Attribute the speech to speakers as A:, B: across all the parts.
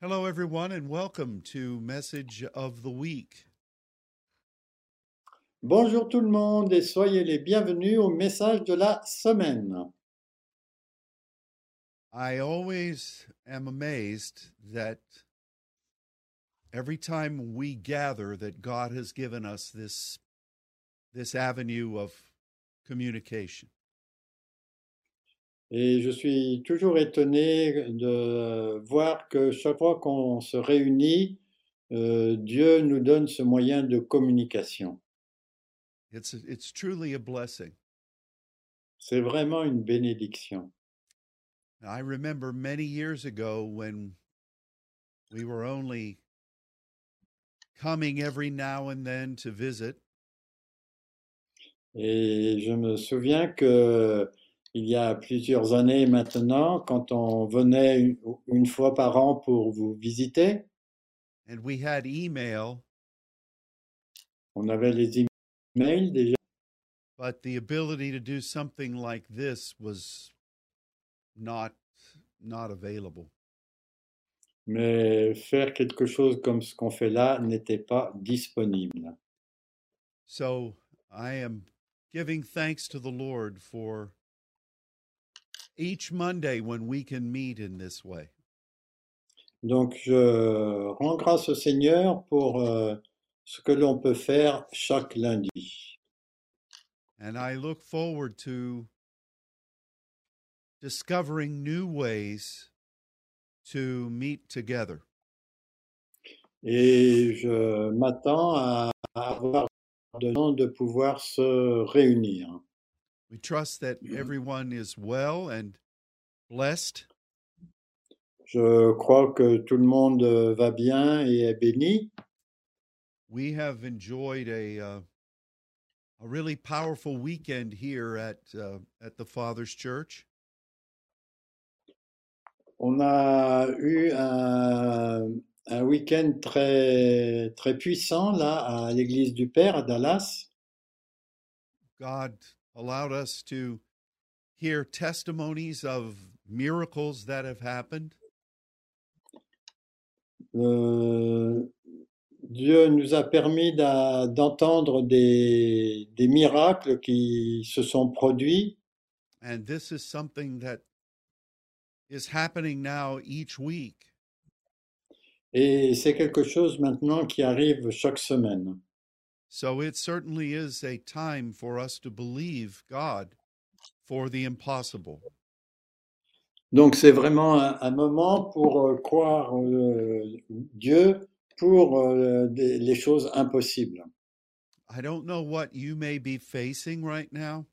A: Hello, everyone, and welcome to Message of the Week.
B: Bonjour tout le monde et soyez les bienvenus au message de la semaine.
A: I always am amazed that every time we gather that God has given us this this avenue of communication.
B: Et je suis toujours étonné de voir que chaque fois qu'on se réunit, euh, Dieu nous donne ce moyen de communication.
A: It's it's truly a blessing.
B: C'est vraiment une bénédiction.
A: I remember many years ago when we were only coming every now and then to visit
B: Et je me souviens que il y a plusieurs années maintenant, quand on venait une- une fois par an pour vous visiter,
A: and we had email,
B: on avait les emails déjà,
A: but the ability to do something like this was not not available.
B: mais faire quelque chose comme ce qu'on fait là n'était pas disponible.
A: So I am giving thanks to the Lord for each Monday when we can meet in this way.
B: Donc je rends grâce au Seigneur pour euh, ce que l'on peut faire chaque lundi.
A: And I look forward to discovering new ways to meet together.
B: Et je m'attends à à avoir de temps de pouvoir se réunir.
A: We trust that everyone is well and blessed,
B: Je crois que tout le monde euh, va bien et est béni.
A: we have enjoyed a uh, a really powerful weekend here at uh, at the Father's Church.
B: On a eu un, un week-end très, très puissant là à l'église du Père à Dallas.
A: God allowed us to hear testimonies of miracles that have happened,
B: Euh, Dieu nous a permis d'a- d'entendre des, des miracles qui se sont produits
A: and this is something that is happening now each week.
B: et c'est quelque chose maintenant qui arrive chaque semaine.
A: So it certainly is a time for us to believe God for the impossible.
B: Donc c'est vraiment un, un moment pour euh, croire euh, Dieu pour euh, des- les choses impossibles.
A: I don't know what you may be facing right now,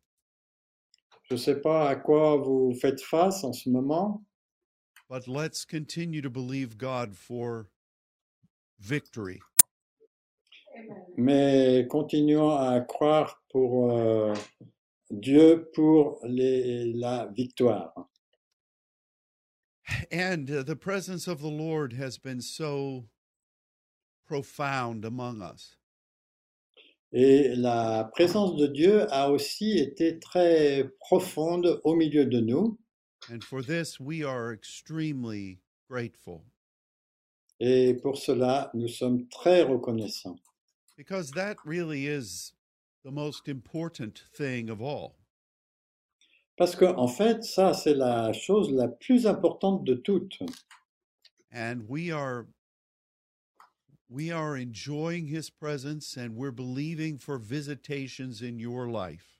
B: Je ne sais pas à quoi vous faites face en ce moment,
A: but let's continue to believe God for victory.
B: mais continuons à croire pour euh, Dieu pour les- la victoire.
A: And uh, the presence of the Lord has been so profound among us.
B: Et la présence de Dieu a aussi été très profonde au milieu de nous.
A: And for this, we are extremely grateful
B: Et pour cela, nous sommes très reconnaissants.
A: because that really is the most important thing of all.
B: Parce que, en fait, ça, c'est la chose la plus importante de toutes.
A: And we are we are enjoying his presence and we're believing for visitations in your life.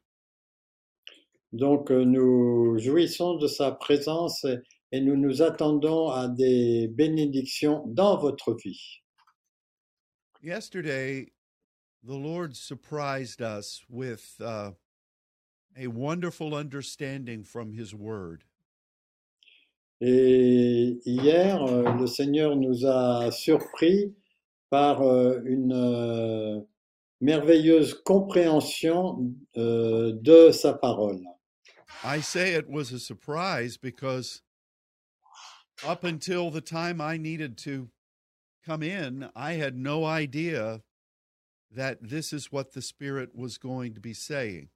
B: Donc, euh, nous jouissons de sa présence et- et nous nous attendons à des bénédictions dans votre vie.
A: Yesterday, the Lord surprised us with uh, a wonderful understanding from his word.
B: Et hier, euh, le Seigneur nous a surpris par euh, une euh, merveilleuse compréhension euh, de sa parole.
A: I say it was a surprise because up until the time I needed to come in, I had no idea that this is what the Spirit was going to be saying.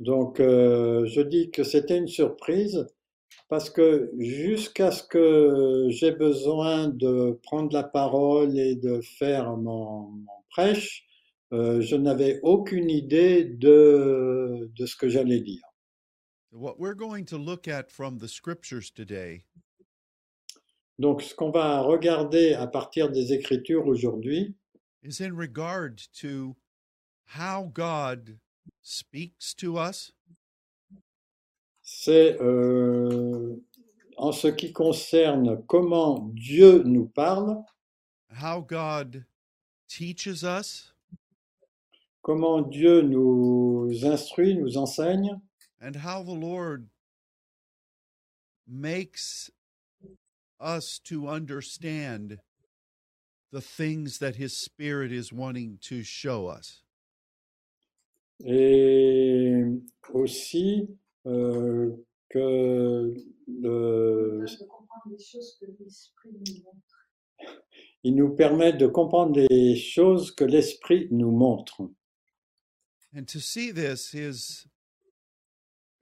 B: Donc, euh, je dis que c'était une surprise Parce que jusqu'à ce que j'ai besoin de prendre la parole et de faire mon, mon prêche, euh, je n'avais aucune idée de, de ce que j'allais dire.
A: What we're going to look at from the scriptures today
B: Donc ce qu'on va regarder à partir des Écritures aujourd'hui,
A: is in regard to how God speaks to us
B: c'est euh, en ce qui concerne comment Dieu nous parle,
A: how God teaches us
B: comment Dieu nous instruit, nous enseigne,
A: and how the Lord makes us to understand the things that His Spirit is wanting to show us.
B: et aussi euh, que le-
C: de comprendre les choses que l'esprit nous montre.
B: il nous permet de comprendre les choses que l'Esprit nous montre.
A: And to see this is,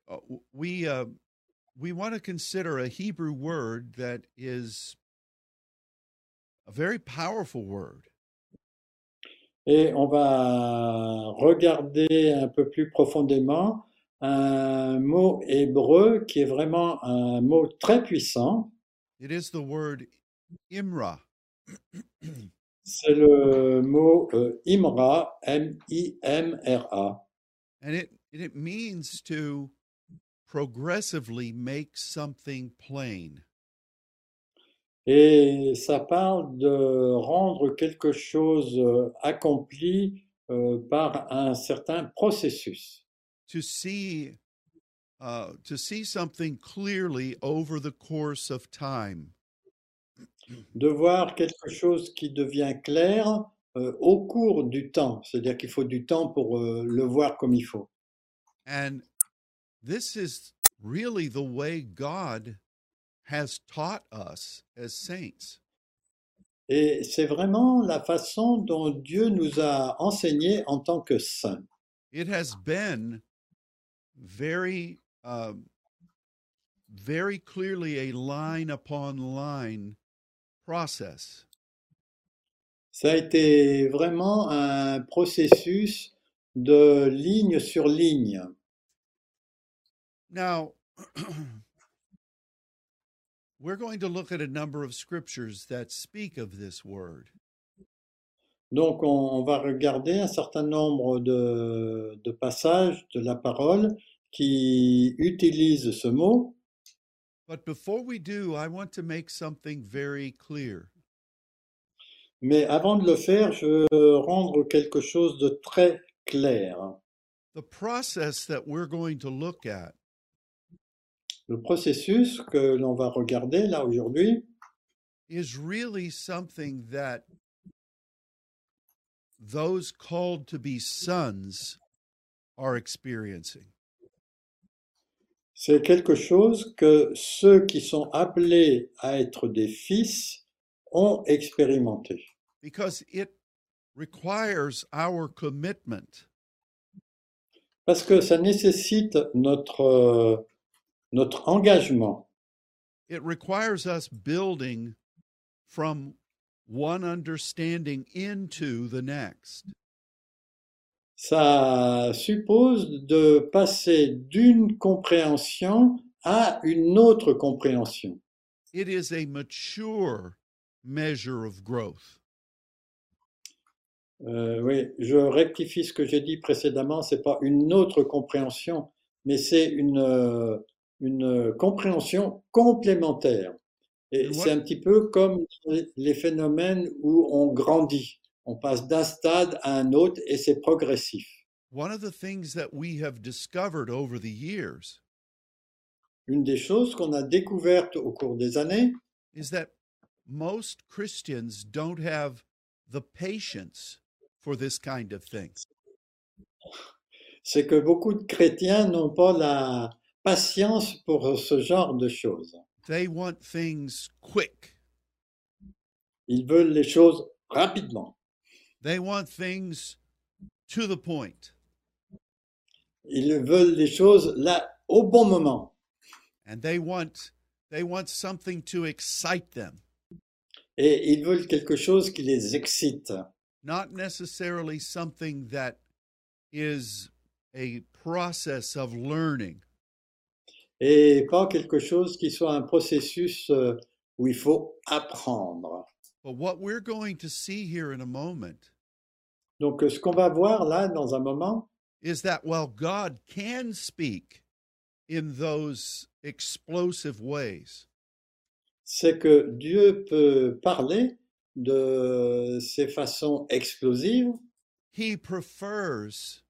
A: uh, w- we uh, we want to consider a Hebrew word that is a very powerful word.
B: Et on va regarder un peu plus profondément un mot hébreu qui est vraiment un mot très puissant.
A: It is the word Imra.
B: C'est le mot euh, Imra, M-I-M-R-A.
A: and it and it means to progressively make something plain
B: Et ça parle de rendre quelque chose euh, accompli euh, par un certain processus.
A: to see uh, to see something clearly over the course of time
B: De voir quelque chose qui devient clair euh, au cours du temps. C'est-à-dire qu'il faut du temps pour euh, le voir comme il faut.
A: and this is really the way god has taught us as saints
B: Et c'est vraiment la façon dont Dieu nous a enseigné en tant que saints.
A: it has been very um, very clearly a line upon line process
B: Ça a été vraiment un processus de ligne sur ligne.
A: Now, we're going to look at a number of scriptures that speak of this word.
B: Donc on, on va regarder un certain nombre de, de passages de la parole qui utilisent ce mot.
A: But before we do, I want to make something very clear.
B: Mais avant de le faire, je veux rendre quelque chose de très clair.
A: The process that we're going to look at
B: Le processus que l'on va regarder là aujourd'hui,
A: is really something that those called to be sons are experiencing.
B: C'est quelque chose que ceux qui sont appelés à être des fils ont expérimenté.
A: Because it requires our commitment
B: Parce que ça nécessite notre, euh, notre engagement.
A: it requires us building from one understanding into the next.
B: Ça suppose de passer d'une compréhension à une autre compréhension.
A: It is a mature measure of growth.
B: Euh, oui, je rectifie ce que j'ai dit précédemment, c'est pas une autre compréhension, mais c'est une, euh, une compréhension complémentaire.
A: Et
B: Et
A: moi-
B: c'est un petit peu comme les phénomènes où on grandit. On passe d'un stade à un autre et c'est progressif.
A: One of the things that we have discovered over the years
B: Une des choses qu'on a découvertes au cours des années,
A: is that most Christians don't have the patience for this kind of thing.
B: c'est que beaucoup de chrétiens n'ont pas la patience pour ce genre de choses.
A: They want things quick,
B: Ils veulent les choses rapidement.
A: they want things to the point.
B: Ils veulent les choses là au bon moment.
A: and they want they want something to excite them,
B: Et ils veulent quelque chose qui les excite.
A: not necessarily something that is a process of learning.
B: Et pas quelque chose qui soit un processus euh, où il faut apprendre.
A: But what we're going to see here in a moment
B: Donc, euh, ce qu'on va voir là dans un moment,
A: is that while God can speak in those explosive ways,
B: c'est que Dieu peut parler de ces façons explosives,
A: He prefers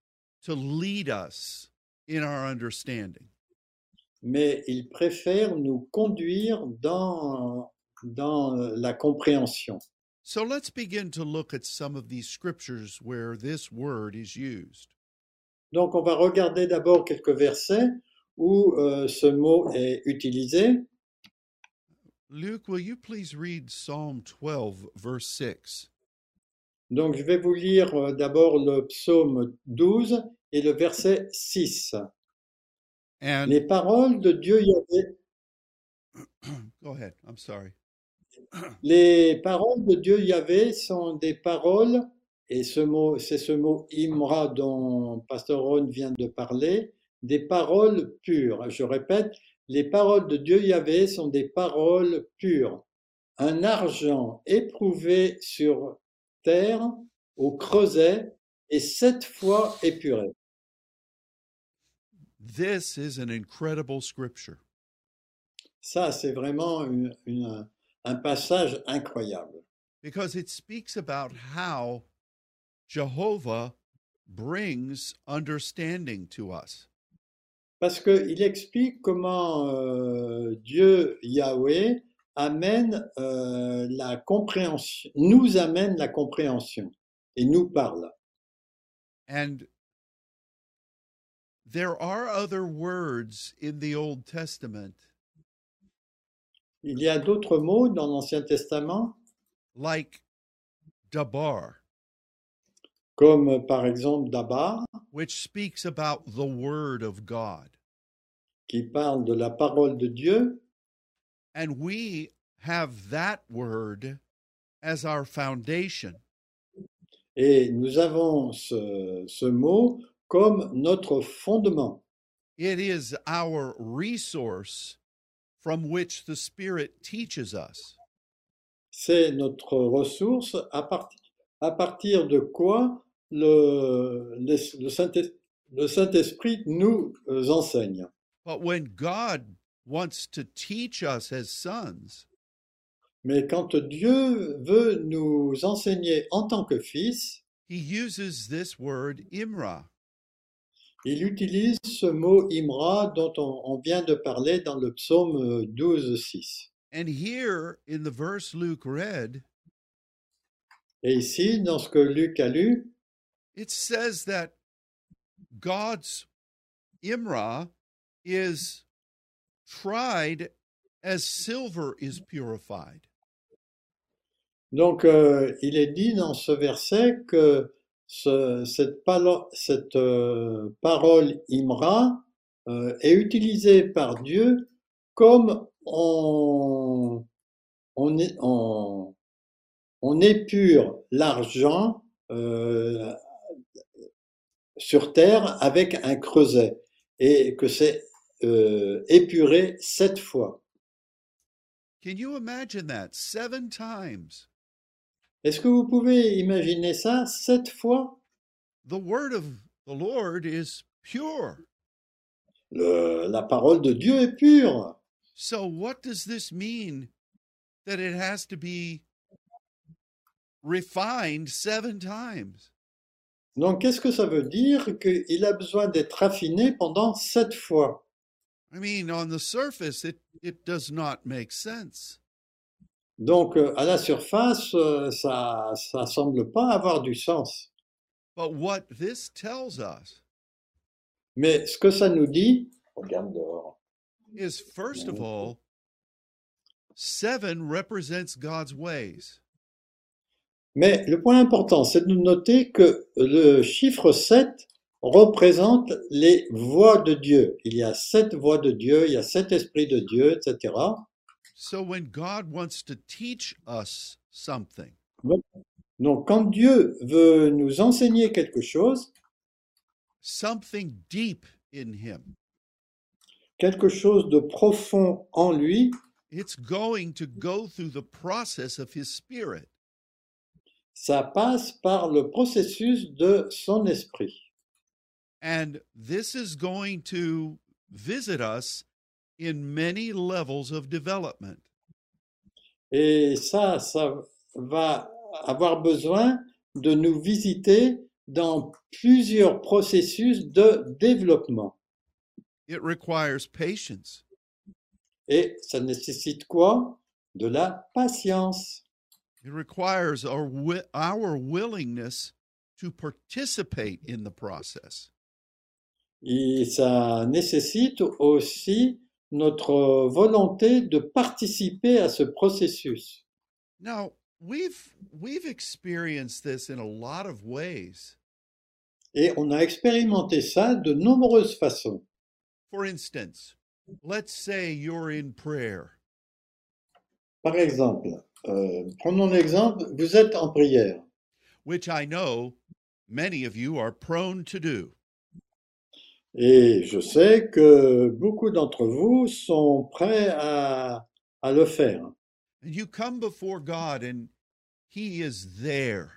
A: to lead us in our understanding.
B: mais il préfère nous conduire dans, dans la compréhension.
A: So let's begin to look at some of these scriptures where this word is used.
B: Donc, on va regarder d'abord quelques versets où euh, ce mot est utilisé.
A: Luke, will you please read Psalm 12, verse 6?
B: Donc, je vais vous lire euh, d'abord le psaume 12 et le verset 6.
A: And
B: Les paroles de Dieu Yahvé
A: go ahead. I'm sorry.
B: Les paroles de Dieu Yahvé sont des paroles, et ce mot, c'est ce mot Imra dont Pastor Ron vient de parler, des paroles pures. Je répète, les paroles de Dieu Yahvé sont des paroles pures. Un argent éprouvé sur terre, au creuset, et sept fois épuré.
A: This is an incredible scripture.
B: Ça, c'est vraiment une- une- un passage incroyable.
A: because it speaks about how Jehovah brings understanding to us.
B: Parce qu'il explique comment euh, Dieu Yahweh amène euh, la compréhension, nous amène la compréhension et nous parle.
A: And there are other words in the Old Testament,
B: Il y a d'autres mots dans l'Ancien Testament,
A: like dabar,
B: comme euh, par exemple Dabar,
A: which speaks about the Word of God.
B: qui parle de la parole de Dieu,
A: And we have that word as our foundation.
B: et nous avons ce, ce mot comme notre fondement.
A: It is our resource from which the Spirit teaches us.
B: C'est notre ressource à, parti- à partir de quoi le, le- le Saint- le Saint-Esprit nous euh, enseigne.
A: But when God wants to teach us as sons,
B: Mais quand Dieu veut nous enseigner en tant que fils,
A: he uses this word Imra.
B: il utilise ce mot Imra dont on, on vient de parler dans le psaume euh, 12, 6.
A: And here in the verse Luke read,
B: Et ici, dans ce que Luc a lu,
A: it says that God's Imra is tried as silver is purified.
B: Donc, euh, il est dit dans ce verset que ce- cette, palo- cette, euh, parole Imra euh, est utilisée par Dieu comme on, on, é- on- on épure l'argent euh, sur terre avec un creuset et que c'est euh, épuré sept fois.
A: Can you imagine that? Seven times.
B: Est-ce que vous pouvez imaginer ça sept fois?
A: The word of the Lord is pure.
B: Le- la parole de Dieu est pure.
A: So, what does this mean that it has to be refined seven times?
B: Donc, qu'est-ce que ça veut dire qu'il a besoin d'être affiné pendant sept fois
A: I mean, on the surface, it, it does not make sense.
B: Donc, euh, à la surface, euh, ça ça semble pas avoir du sens.
A: But what this tells us
B: Mais ce que ça nous dit, regarde dehors.
A: is, first of all, seven represents God's ways.
B: Mais le point important, c'est de noter que le chiffre 7 représente les voix de Dieu. Il y a sept voix de Dieu, il y a sept esprits de Dieu, etc.
A: So when God wants to teach us something,
B: Donc quand Dieu veut nous enseigner quelque chose,
A: something deep in Him,
B: quelque chose de profond en lui,
A: it's going to go through the process of His Spirit.
B: ça passe par le processus de son esprit.
A: And this is going to visit us in many levels of development.
B: Et ça, ça va avoir besoin de nous visiter dans plusieurs processus de développement.
A: It requires patience,
B: Et ça nécessite quoi De la patience.
A: it requires our, wi- our willingness to participate in the process.
B: Et ça nécessite aussi notre volonté de participer à ce processus.
A: Now, we've we've experienced this in a lot of ways.
B: Et on a expérimenté ça de nombreuses façons.
A: For instance, let's say you're in prayer
B: Par exemple, euh, prenons l'exemple, vous êtes en prière.
A: which I know many of you are prone to do.
B: Et je sais que beaucoup d'entre vous sont prêts à, à le faire.
A: And you come before God and He is there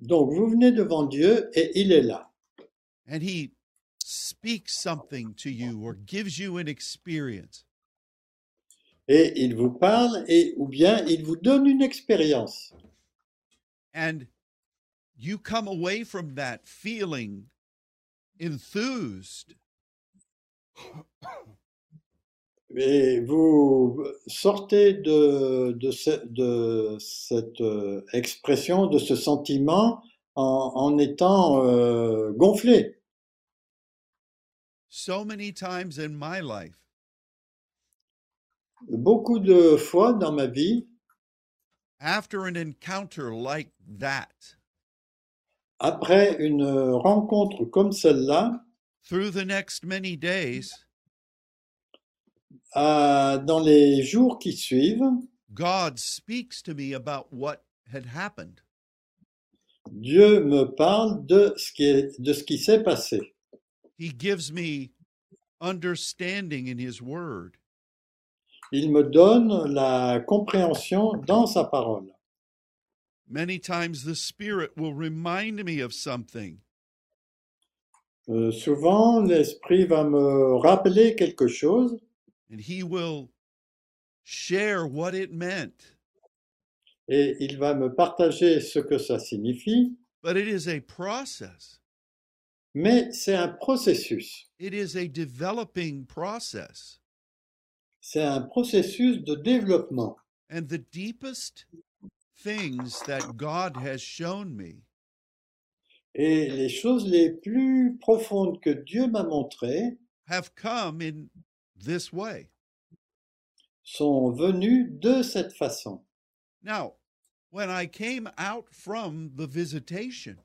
B: Donc vous venez devant Dieu et il est là.
A: and He speaks something to you or gives you an experience.
B: Et il vous parle et ou bien il vous donne une expérience.
A: And you come away from that feeling enthused
B: Et vous sortez de, de, ce- de cette euh, expression, de ce sentiment en, en étant euh, gonflé.
A: so many times in my life.
B: Beaucoup de fois dans ma vie,
A: after an encounter like that
B: après une rencontre comme celle-là,
A: through the next many days,
B: à- dans les jours qui suivent,
A: God speaks to me about what had happened.
B: Dieu me parle de ce qui est- de ce qui s'est passé.
A: He gives me understanding in His Word.
B: Il me donne la compréhension dans sa parole.
A: Many times the Spirit will remind me of something,
B: Euh, souvent, l'esprit va me rappeler quelque chose
A: and He will share what it meant.
B: et il va me partager ce que ça signifie,
A: But it is a process,
B: mais c'est un processus.
A: it is a developing process.
B: C'est un processus de développement.
A: And the deepest things that God has shown me
B: Et les choses les plus profondes que Dieu m'a montrées
A: have come in this way.
B: sont venues de cette façon.
A: Now, when I came out from the visitation,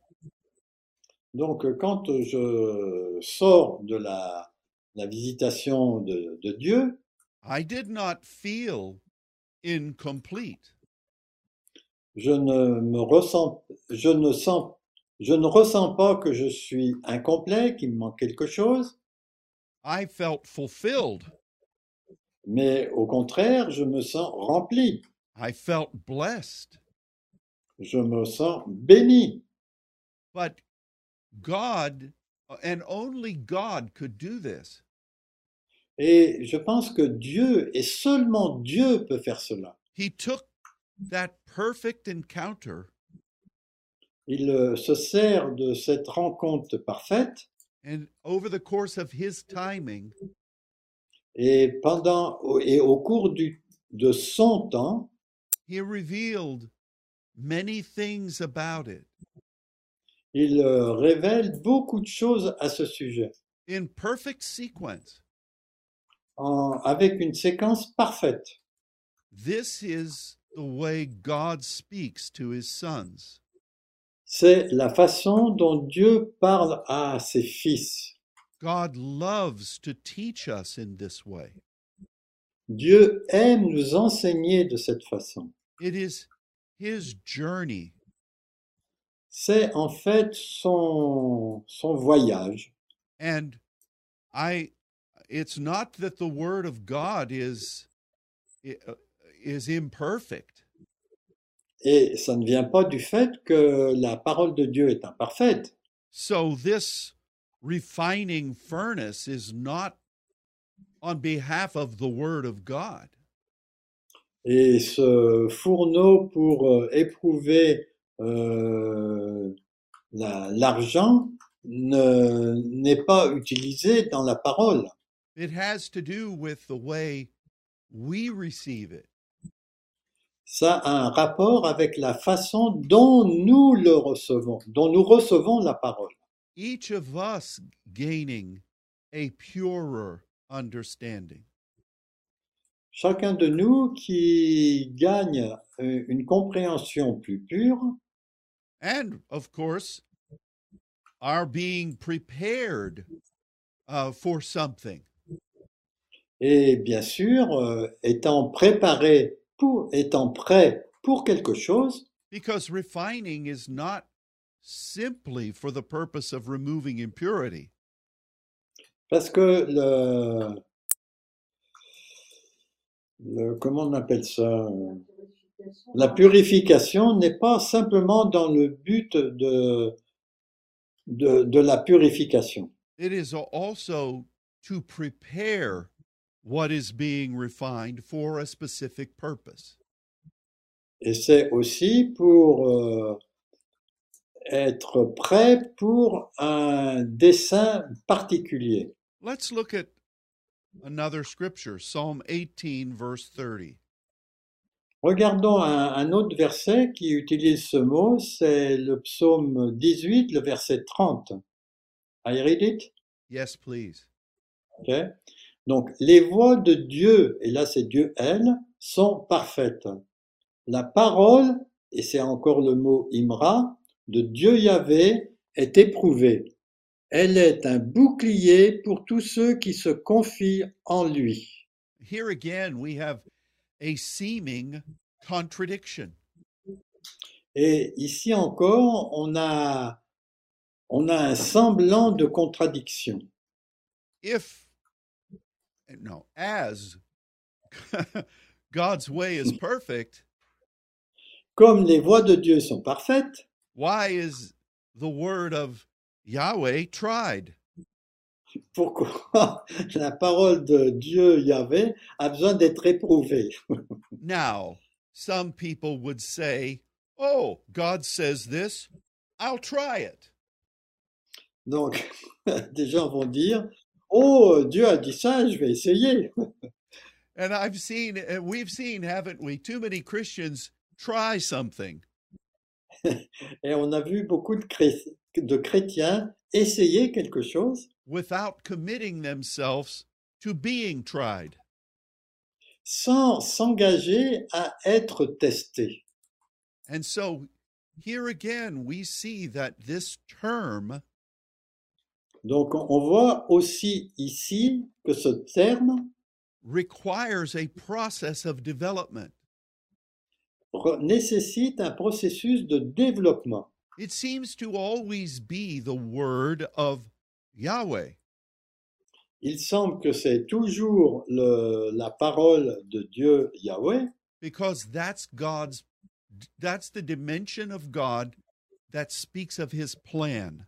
B: Donc, euh, quand je sors de la, la visitation de, de Dieu,
A: I did not feel incomplete.
B: je ne me ressens, je ne sens, je ne ressens pas que je suis incomplet, qu'il me manque quelque chose,
A: I felt fulfilled.
B: mais au contraire, je me sens rempli,
A: I felt blessed.
B: je me sens béni.
A: But God, and only God could do this.
B: Et je pense que Dieu, et seulement Dieu peut faire cela.
A: He took that perfect encounter
B: Il euh, se sert de cette rencontre parfaite
A: and over the course of his timing,
B: et pendant et au cours du, de son temps,
A: he revealed many things about it.
B: Il euh, révèle beaucoup de choses à ce sujet,
A: in perfect sequence.
B: en- avec une séquence parfaite.
A: This is the way God speaks to his sons.
B: c'est la façon dont Dieu parle à ses fils.
A: God loves to teach us in this way.
B: Dieu aime nous enseigner de cette façon.
A: It is His journey
B: C'est en fait son, son voyage.
A: And I, it's not that the word of God is i- uh, is imperfect.
B: Et ça ne vient pas du fait que la parole de Dieu est imparfaite.
A: So this refining furnace is not on behalf of the word of God.
B: Et ce fourneau pour euh, éprouver euh, la- l'argent ne- n'est pas utilisé dans la parole.
A: It has to do with the way we receive it.
B: Ça a un rapport avec la façon dont nous le recevons, dont nous recevons la parole.
A: Each of us gaining a purer understanding.
B: Chacun de nous qui gagne euh, une compréhension plus pure
A: And of course, are being prepared uh, for something.
B: et bien sûr euh, étant préparé pour, étant prêt pour quelque chose,
A: Because refining is not simply for the purpose of removing impurity,
B: Parce que le, le- comment on appelle ça? euh, La
C: La purification.
B: purification n'est pas simplement dans le but de, de, de la purification.
A: it is also to prepare what is being refined for a specific purpose.
B: Et c'est aussi pour euh, être prêt pour un dessein particulier.
A: Let's look at another scripture, Psalm 18, verse 30.
B: Regardons un, un autre verset qui utilise ce mot, c'est le psaume 18, le verset 30. I read it?
A: Yes, please.
B: Ok? Donc, les voies de Dieu, et là c'est Dieu elle, sont parfaites. La parole, et c'est encore le mot Imra, de Dieu Yahvé est éprouvée. Elle est un bouclier pour tous ceux qui se confient en lui.
A: Here again, we have a seeming contradiction.
B: Et ici encore, on a, on a un semblant de contradiction.
A: if eh, no as god's way is perfect
B: Comme les voies de Dieu sont parfaites,
A: why is the word of yahweh tried
B: pourquoi la parole de Dieu Yahvé a besoin d'être éprouvée
A: now some people would say oh god says this i'll try it
B: Donc, des gens vont dire, Oh, Dieu a dit ça, je vais essayer.
A: and i've seen and we've seen haven't we too many christians try something
B: Et on a vu beaucoup de, chré- de chrétiens essayer quelque chose
A: without committing themselves to being tried
B: sans s'engager à être testé.
A: And so here again, we see that this term
B: Donc, on on voit aussi ici que ce terme
A: requires a process of development.
B: re- nécessite un processus de développement.
A: It seems to always be the word of Yahweh.
B: Il semble que c'est toujours le- la parole de Dieu Yahweh,
A: because that's God's that's the dimension of God that speaks of his plan.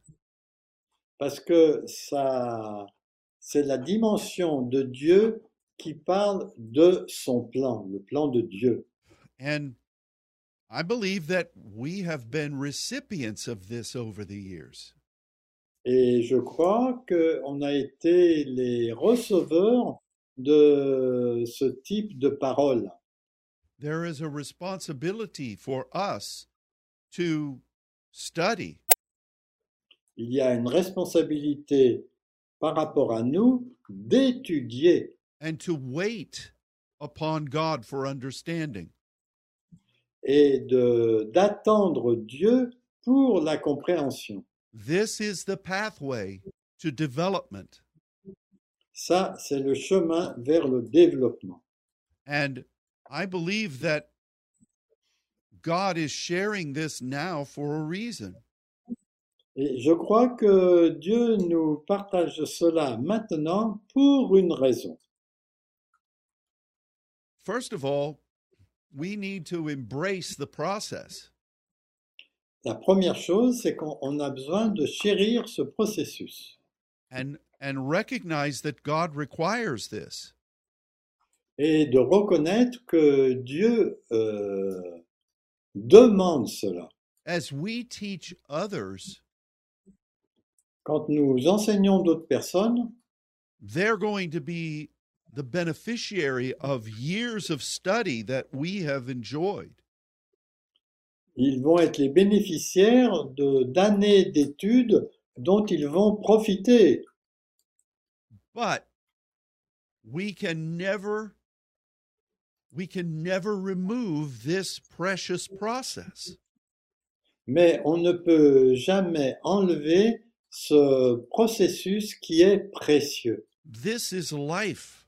B: parce que ça, c'est la dimension de Dieu qui parle de son plan, le plan de Dieu.
A: And I believe that we have been recipients of this over the years.
B: Et je crois qu'on a été les receveurs de ce type de parole.
A: There is a responsibility for us to study
B: Il y a une responsabilité par rapport à nous d'étudier
A: and to wait upon God for understanding.
B: et de- d'attendre Dieu pour la compréhension.
A: This is the pathway to development.
B: Ça, c'est le chemin vers le développement.
A: And I believe that God is sharing this now for a reason.
B: Et je crois que Dieu nous partage cela maintenant pour une raison.
A: First of all, we need to embrace the process.
B: La première chose, c'est qu'on on a besoin de chérir ce processus
A: and and recognize that God requires this.
B: et de reconnaître que Dieu euh, demande cela.
A: As we teach others,
B: Quand nous enseignons d'autres personnes,
A: they're going to be the beneficiary of years of study that we have enjoyed.
B: ils vont être les bénéficiaires de- d'années d'études dont ils vont profiter.
A: But we can never we can never remove this precious process.
B: Mais on ne peut jamais enlever ce processus qui est précieux.
A: This is life.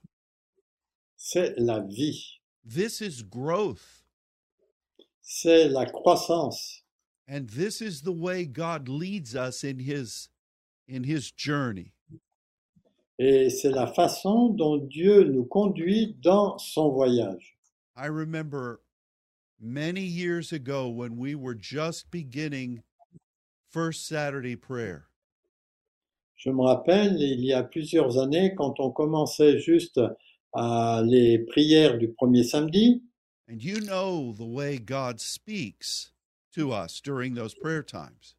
B: C'est la vie,
A: This is growth.
B: c'est la croissance.
A: And this is the way God leads us in his in his journey.
B: Et c'est la façon dont Dieu nous conduit dans son voyage.
A: I remember many years ago when we were just beginning first Saturday prayer.
B: Je me rappelle, il y a plusieurs années, quand on commençait juste à les prières du premier samedi,
A: And you know the way God speaks to us during those prayer times.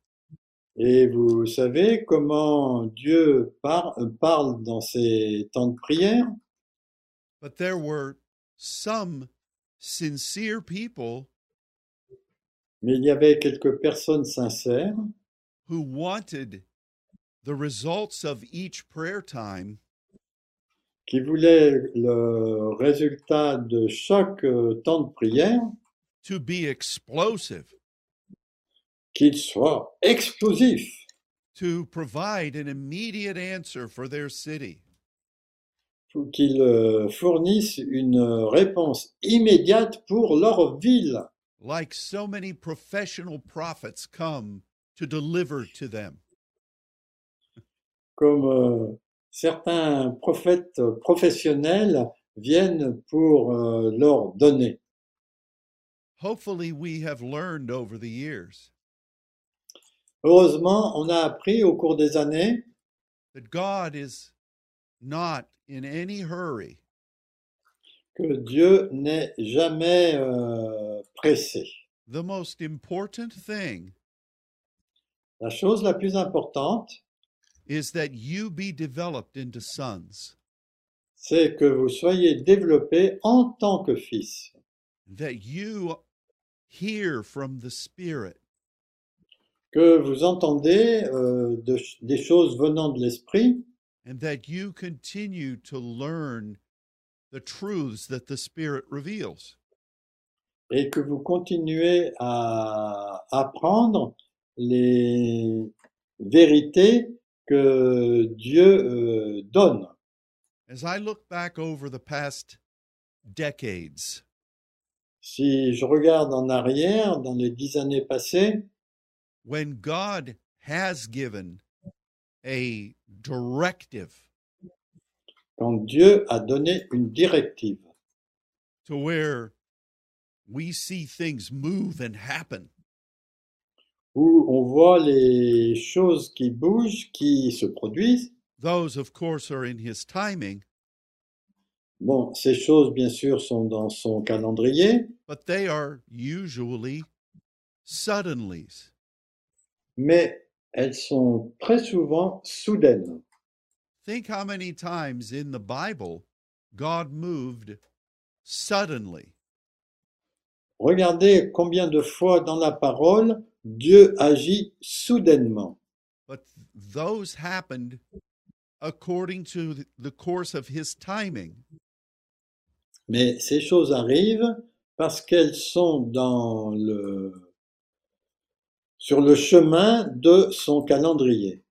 B: et vous savez comment Dieu par- parle dans ces temps de prière,
A: But there were some sincere people
B: mais il y avait quelques personnes sincères
A: who wanted the results of each prayer time
B: qui voulaient le résultat de chaque euh, temps de prière,
A: to be explosive,
B: qu'il soit explosif,
A: to provide an immediate answer for their city.
B: pour qu'ils euh, fournissent une euh, réponse immédiate pour leur ville,
A: like so many professional prophets come to deliver to them.
B: comme euh, certains prophètes euh, professionnels viennent pour euh, leur donner.
A: Hopefully, we have learned over the years
B: Heureusement, on a appris au cours des années
A: that God is not in any hurry.
B: que Dieu n'est jamais euh, pressé.
A: The most important thing
B: La chose la plus importante,
A: is that you be developed into sons,
B: c'est que vous soyez développé en tant que fils,
A: that you hear from the Spirit,
B: que vous entendez euh, de- des choses venant de l'esprit
A: and that you continue to learn the truths that the Spirit reveals.
B: et que vous continuez à apprendre les vérités que Dieu euh, donne.
A: As I look back over the past decades,
B: Si je regarde en arrière, dans les dix années passées,
A: when God has given a directive
B: quand Dieu a donné une directive,
A: to where we see things move and happen,
B: où on voit les choses qui bougent, qui se produisent,
A: those, of course, are in His timing,
B: bon, ces choses, bien sûr, sont dans son calendrier,
A: but they are usually suddenlies.
B: mais elles sont très souvent soudaines.
A: Think how many times in the Bible God moved suddenly.
B: Regardez combien de fois dans la parole Dieu agit soudainement,
A: but th- those happened according to th- the course of his timing.
B: mais ces choses arrivent parce qu'elles sont dans le sur le chemin de son calendrier.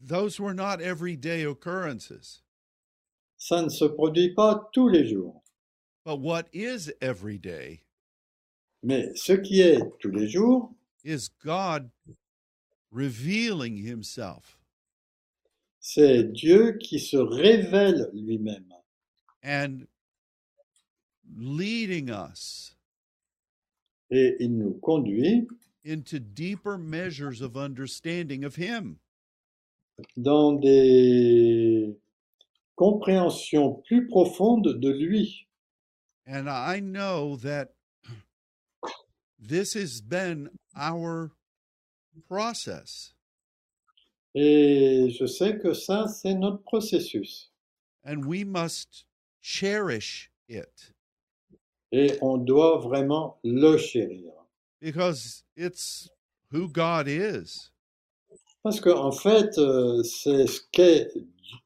A: Those were not everyday occurrences.
B: Ça ne se produit pas tous les jours.
A: But what is everyday
B: Mais ce qui est tous les jours,
A: is God revealing himself
B: c'est Dieu qui se révèle lui-même
A: and leading us
B: et il nous conduit
A: into deeper measures of understanding of him.
B: dans des compréhensions plus profondes de lui.
A: And I know that this has been our process.
B: Et je sais que ça, c'est notre processus.
A: and we must cherish it
B: Et on doit vraiment le chérir.
A: because it's who God is.
B: Parce qu'en en fait, euh, c'est ce qu'est,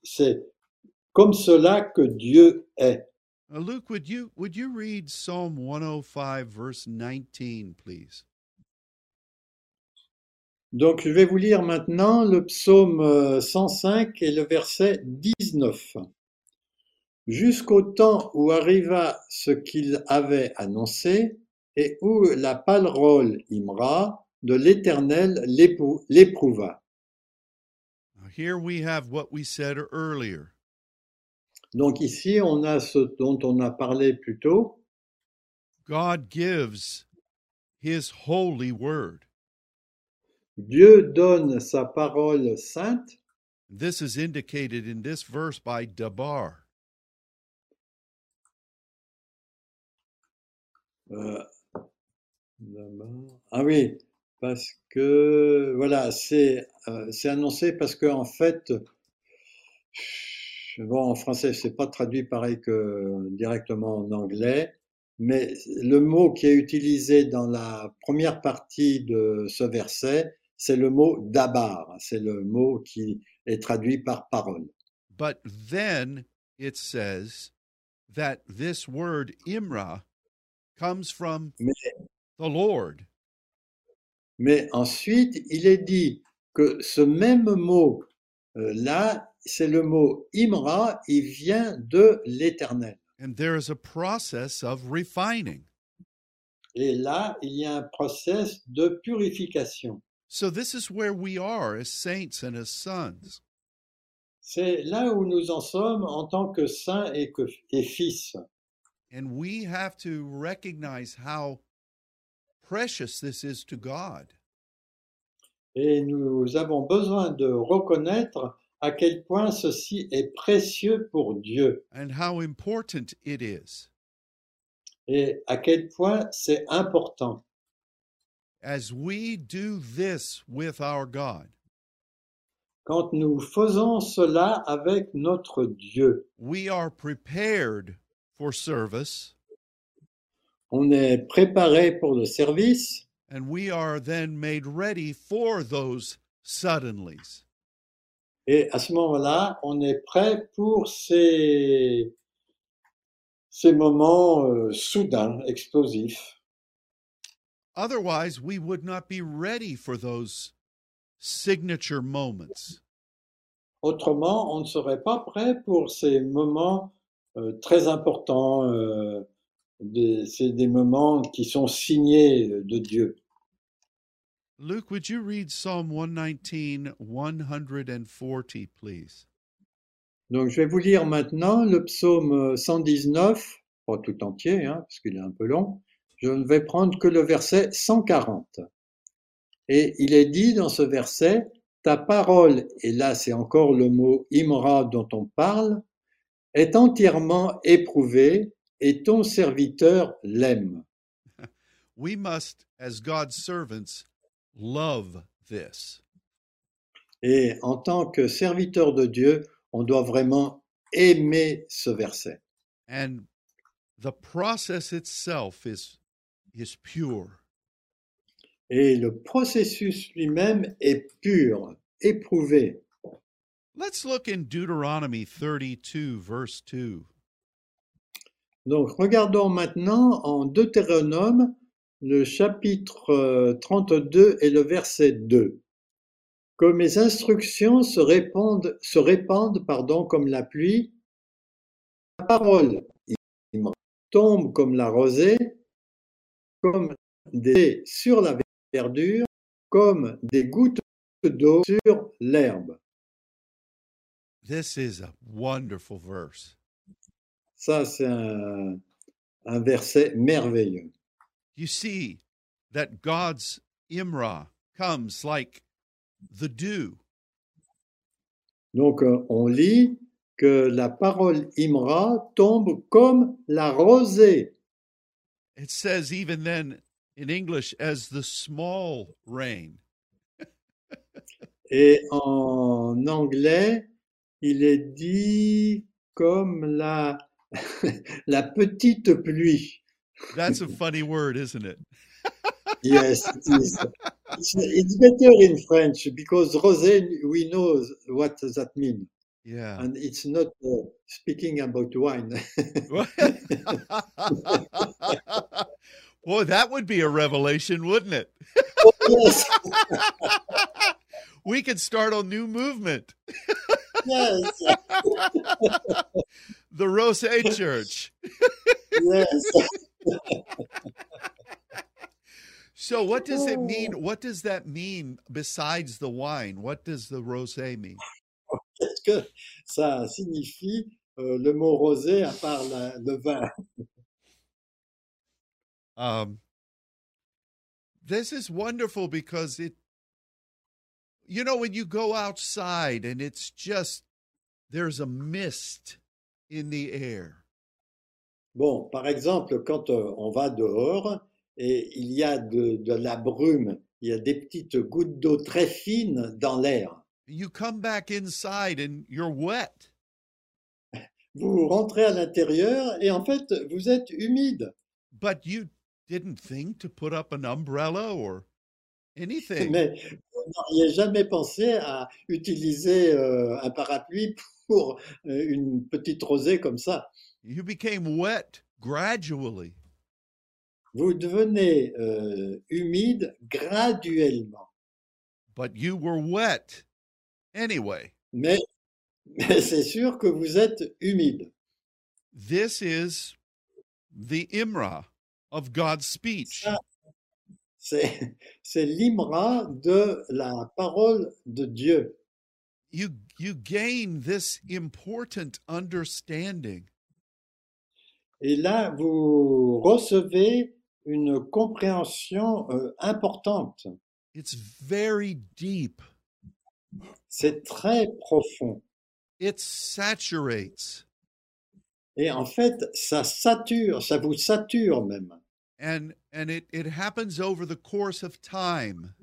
B: c'est comme cela que Dieu est.
A: Now, Luke, would you would you read Psalm 105 verse 19, please?
B: Donc, je vais vous lire maintenant le psaume euh, 105 et le verset 19. Jusqu'au temps où arriva ce qu'il avait annoncé et où la parole Imra de l'Éternel l'épou- l'éprouva.
A: Now, here we have what we said earlier.
B: Donc ici, on a ce dont on a parlé plus tôt.
A: God gives his holy word.
B: Dieu donne sa parole sainte.
A: This is indicated in this verse by Dabar.
B: Euh, d'abord- ah oui, parce que voilà, c'est euh, c'est annoncé parce que en fait, bon, en français, c'est pas traduit pareil que directement en anglais, mais le mot qui est utilisé dans la première partie de ce verset, c'est le mot dabar, c'est le mot qui est traduit par parole.
A: But then it says that this word Imra comes from
B: Mais-
A: the Lord.
B: Mais ensuite, il est dit que ce même mot euh, là, c'est le mot Imra, il vient de l'Éternel.
A: And there is a process of refining.
B: Et là, il y a un process de purification.
A: So this is where we are as saints and as sons.
B: C'est là où nous en sommes en tant que saints et, que, et fils.
A: And we have to recognize how precious this is to God.
B: Et nous avons besoin de reconnaître à quel point ceci est précieux pour Dieu
A: and how important it is
B: et à quel point c'est important.
A: as we do this with our God.
B: Quand nous faisons cela avec notre Dieu,
A: We are prepared for service
B: On est préparé pour le service
A: and we are then made ready for those suddenlies.
B: et à ce moment-là, on est prêt pour ces, ces moments euh, soudains, explosifs.
A: Otherwise, we would not be ready for those signature moments.
B: Autrement, on ne serait pas prêt pour ces moments euh, très importants. euh, des- c'est des moments qui sont signés euh, de Dieu.
A: Luke, would you read Psalm 119, 140, please?
B: Donc, je vais vous lire maintenant le psaume 119, pas tout entier, hein, parce qu'il est un peu long. Je ne vais prendre que le verset 140. Et il est dit dans ce verset, ta parole, et là c'est encore le mot Imra dont on parle, est entièrement éprouvée et ton serviteur l'aime.
A: We must, as God's servants, love this.
B: Et en tant que serviteur de Dieu, on doit vraiment aimer ce verset.
A: And the process itself is, is pure.
B: Et le processus lui-même est pur, éprouvé.
A: Let's look in Deuteronomy 32, verse 2.
B: Donc regardons maintenant en Deutéronome le chapitre 32 et le verset 2. Que mes instructions se répandent, se répandent pardon, comme la pluie, ma parole tombe comme la rosée, comme des sur la verdure, comme des gouttes d'eau sur l'herbe.
A: This is a wonderful verse.
B: Ça, c'est un, un verset merveilleux.
A: You see that God's Imra comes like the dew.
B: Donc, euh, on lit que la parole Imra tombe comme la rosée.
A: It says even then in English as the small rain.
B: Et en anglais, il est dit comme la, la petite pluie.
A: That's a funny word, isn't it?
B: Yes, it is. It's, it's better in French because rosé, we know what that means.
A: Yeah.
B: And it's not uh, speaking about wine.
A: Boy, that would be a revelation, wouldn't it?
B: yes,
A: We could start a new movement,
B: yes,
A: the Rose Church.
B: yes.
A: So what does it mean?
B: Oh.
A: What does that mean besides the wine? What does the rosé mean?
B: Qu'est-ce que ça signifie euh, le mot rosé à part la- le vin
A: Um, this is wonderful because it, you know, when you go outside and it's just there's a mist in the air.
B: Bon, par exemple, quand euh, on va dehors et il y a de, de la brume, il y a des petites gouttes d'eau très fines dans l'air.
A: You come back inside and you're wet.
B: Vous rentrez à l'intérieur et en fait, vous êtes humide.
A: but you didn't think to put up an umbrella or anything.
B: Mais vous n'auriez jamais pensé à utiliser euh, un parapluie pour euh, une petite rosée comme ça.
A: you became wet gradually.
B: Vous devenez euh, humide graduellement.
A: But you were wet anyway.
B: Mais, mais c'est sûr que vous êtes humide.
A: This is the Imra of God's speech.
B: Ça, c'est, c'est l'imra de la parole de Dieu.
A: You you gain this important understanding
B: Et là, vous recevez une compréhension euh, importante.
A: It's very deep.
B: C'est très profond.
A: It saturates
B: Et en fait, ça sature, ça vous sature même.
A: and and it, it happens over the course of time.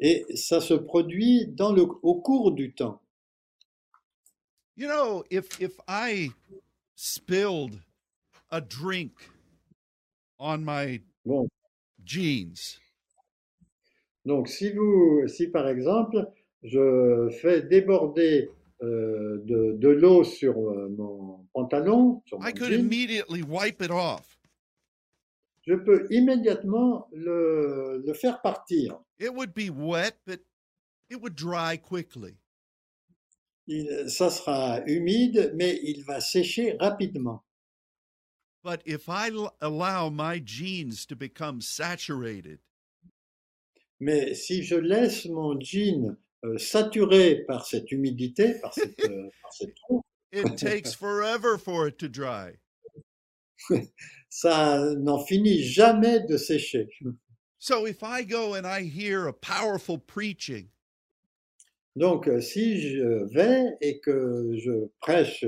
B: Et ça se produit dans le, au cours du temps.
A: You know, if if I spilled a drink on my
B: Bon,
A: jeans,
B: donc si vous, si par exemple, je fais déborder euh, de, de l'eau sur euh, mon pantalon, sur mon
A: I could
B: jean,
A: immediately wipe it off.
B: je peux immédiatement le, le faire partir.
A: It would be wet, but it would dry quickly.
B: Il- ça sera humide, mais il va sécher rapidement.
A: But if I l- allow my jeans to become saturated,
B: Mais si je laisse mon jean euh, saturé par cette humidité, par cette, euh, par cette eau,
A: it takes forever for it to dry.
B: ça n'en finit jamais de sécher.
A: So if I go and I hear a powerful preaching,
B: Donc, euh, si je vais et que je prêche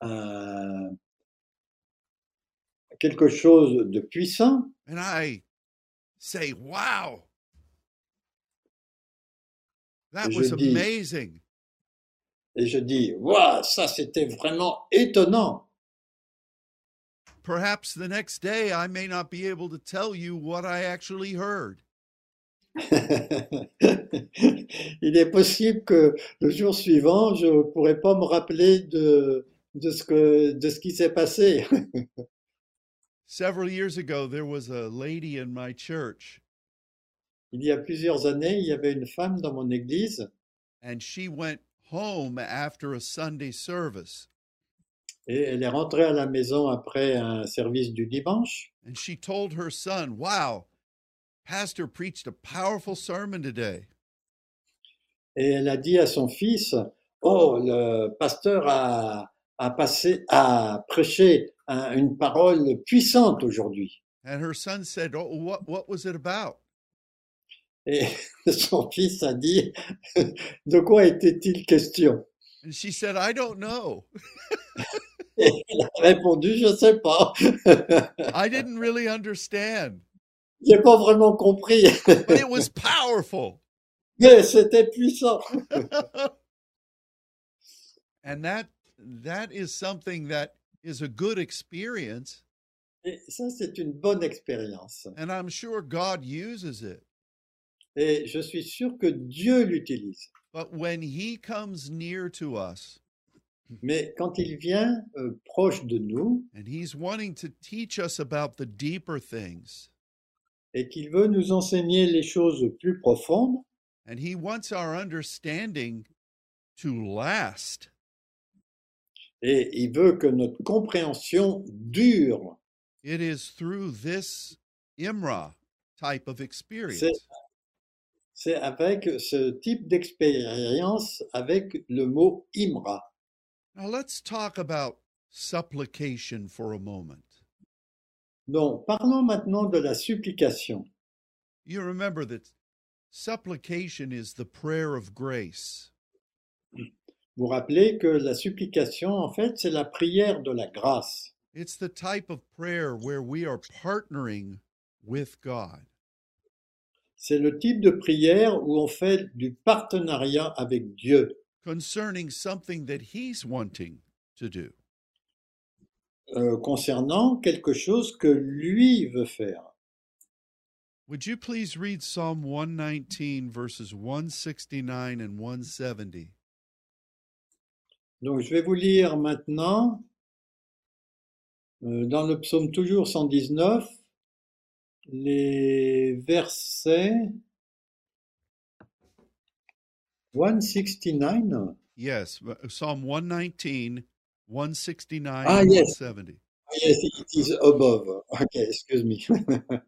B: un- quelque chose de puissant,
A: and I say, "Wow, that
B: Je
A: was
B: dis-
A: amazing."
B: et je dis, waouh, ça c'était vraiment étonnant.
A: Perhaps the next day I may not be able to tell you what I actually heard.
B: Il est possible que le jour suivant, je ne pourrais pas me rappeler de, de ce que, de ce qui s'est passé.
A: Several years ago, there was a lady in my church,
B: Il y a plusieurs années, il y avait une femme dans mon église
A: and she went home after a Sunday service.
B: et elle est rentrée à la maison après un service du dimanche
A: And she told her son, Wow, Pastor preached a powerful sermon today.
B: et elle a dit à son fils, Oh, le pasteur a, a passé, a prêché un- une parole puissante aujourd'hui.
A: And her son said, Oh, what, what was it about?
B: Et son fils a dit, De quoi était-il question
A: And she said, I don't know.
B: Et il a répondu, Je ne sais pas.
A: I didn't really understand,
B: J'ai pas vraiment compris,
A: but it was powerful.
B: mais c'était puissant.
A: and that that is something that is a good experience,
B: Et ça, c'est une bonne expérience.
A: and I'm sure God uses it.
B: Et je suis sûr que Dieu l'utilise.
A: But when he comes near to us
B: Mais quand il vient euh, proche de nous
A: and he's wanting to teach us about the deeper things,
B: et qu'il veut nous enseigner les choses plus profondes,
A: and he wants our understanding to last,
B: et il veut que notre compréhension dure,
A: it is through this Imra type of experience.
B: c'est avec ce type d'expérience, avec le mot Imra.
A: Now let's talk about supplication for a moment.
B: Donc, parlons maintenant de la supplication.
A: You remember that supplication is the prayer of grace.
B: Vous rappelez que la supplication, en fait, c'est la prière de la grâce.
A: It's the type of prayer where we are partnering with God.
B: C'est le type de prière où on fait du partenariat avec Dieu.
A: concerning something that he's wanting to do.
B: euh, concernant quelque chose que lui veut faire.
A: Would you please read Psalm 119, verses 169 and 170?
B: Donc je vais vous lire maintenant euh, dans le psaume toujours 119 les versets 169.
A: Yes, uh, Psalm 119, 169,
B: Ah,
A: and
B: yes.
A: 170.
B: Yes, it is above. Ok, excuse me.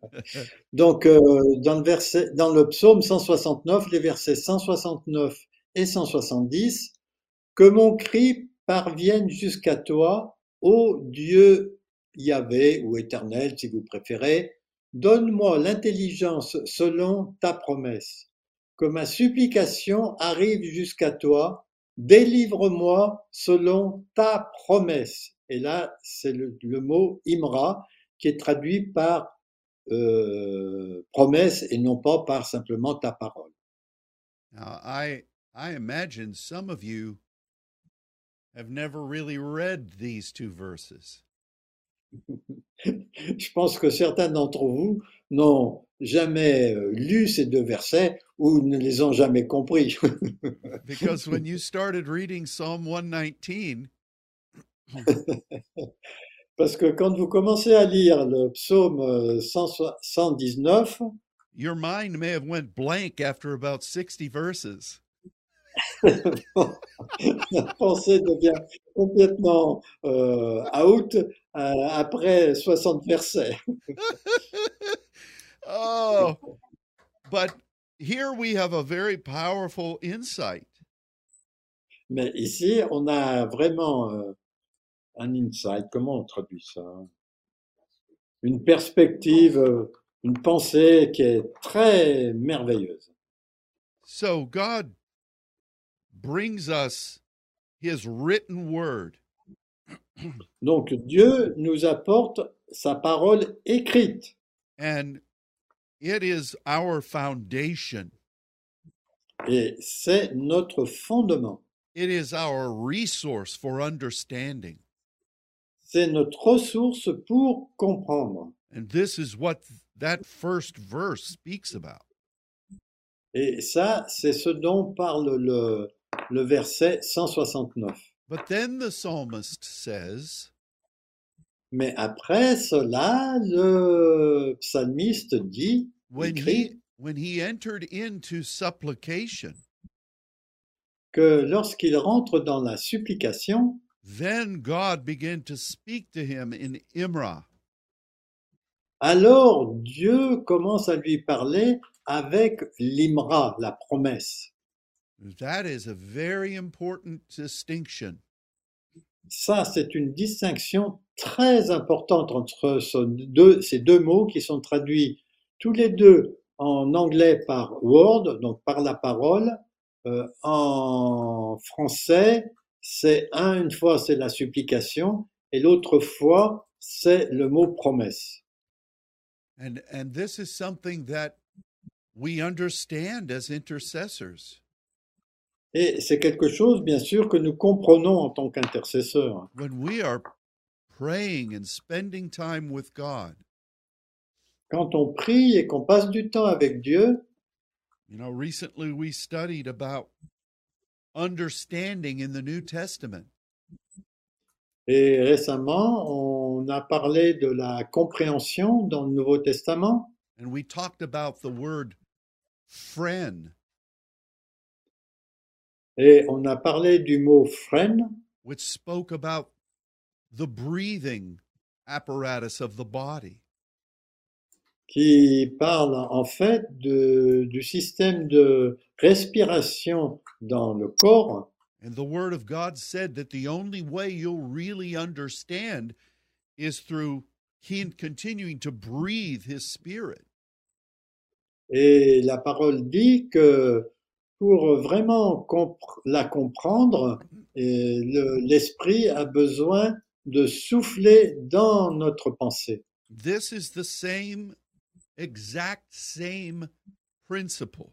B: Donc, euh, dans le verset, dans le psaume 169, les versets 169 et 170, que mon cri parvienne jusqu'à toi, ô Dieu Yahvé ou Éternel, si vous préférez, donne-moi l'intelligence selon ta promesse. Que ma supplication arrive jusqu'à toi, délivre-moi selon ta promesse. Et là, c'est le, le mot Imra qui est traduit par euh, promesse et non pas par simplement ta parole.
A: Now, I, I imagine some of you have never really read these two verses.
B: Je pense que certains d'entre vous n'ont jamais euh, lu ces deux versets ou ne les ont jamais compris.
A: Because when you started reading Psalm 119,
B: Parce que quand vous commencez à lire le psaume euh, 100 119,
A: your mind may have went blank after about 60 verses.
B: la pensée devient complètement euh, out euh, après 60 versets.
A: oh, but here we have a very powerful insight.
B: Mais ici, on a vraiment euh, un insight. Comment on traduit ça? Une perspective, euh, une pensée qui est très merveilleuse.
A: So God brings us his written word,
B: Donc, Dieu nous apporte sa parole écrite
A: and it is our foundation,
B: et c'est notre fondement.
A: it is our resource for understanding.
B: C'est notre ressource pour comprendre.
A: And this is what that first verse speaks about.
B: Et ça, c'est ce dont parle le, le verset 169.
A: But then the psalmist says,
B: Mais après cela, le psalmiste dit,
A: when
B: écrit
A: he when he entered into supplication
B: que lorsqu'il rentre dans la supplication,
A: then god began to speak to him in imra
B: alors Dieu commence à lui parler avec l'Imra, la promesse.
A: that is a very important distinction
B: Ça, c'est une distinction très importante entre ce deux- ces deux mots qui sont traduits tous les deux en anglais par word, donc par la parole. Euh, en français, c'est un, une fois c'est la supplication et l'autre fois c'est le mot promesse.
A: and and this is something that we understand as intercessors
B: Et c'est quelque chose, bien sûr, que nous comprenons en tant qu'intercesseurs.
A: when we are praying and spending time with god
B: Quand on prie et qu'on passe du temps avec Dieu,
A: you know recently we studied about understanding in the new testament
B: Et récemment, on a parlé de la compréhension dans le Nouveau Testament
A: and we talked about the word friend
B: et on a parlé du mot freine
A: which spoke about the breathing apparatus of the body.
B: qui parle en fait de- du système de respiration dans le corps.
A: And the Word of God said that the only way you'll really understand is through Him continuing to breathe His Spirit.
B: Et la parole dit que pour vraiment compr- la comprendre, et le- l'esprit a besoin de souffler dans notre pensée.
A: This is the same, exact same principle.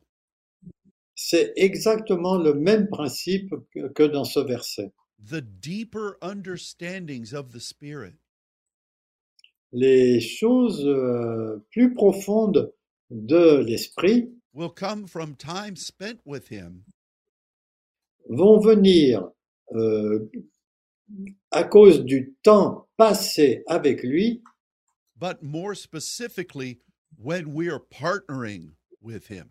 B: C'est exactement le même principe que- que dans ce verset.
A: The deeper understandings of the Spirit
B: Les choses euh, plus profondes de l'esprit
A: will come from time spent with Him
B: vont venir euh, à cause du temps passé avec lui,
A: but more specifically when we are partnering with him.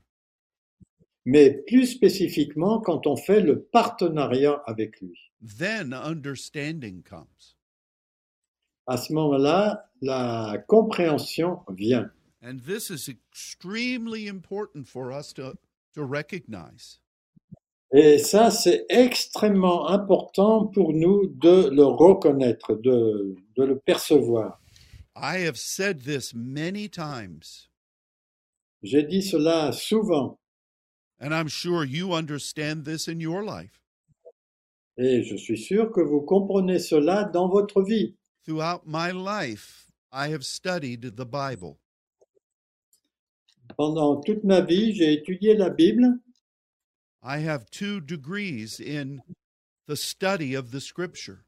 B: mais plus spécifiquement quand on fait le partenariat avec lui.
A: Then understanding comes.
B: À ce moment-là, la compréhension vient.
A: And this is extremely important for us to, to recognize.
B: Et ça, c'est extrêmement important pour nous de le reconnaître, de- de le percevoir.
A: I have said this many times,
B: J'ai dit cela souvent
A: and I'm sure you understand this in your life.
B: et je suis sûr que vous comprenez cela dans votre vie.
A: Throughout my life, I have studied the Bible.
B: Pendant toute ma vie, j'ai étudié la Bible.
A: I have two degrees in the study of the scripture.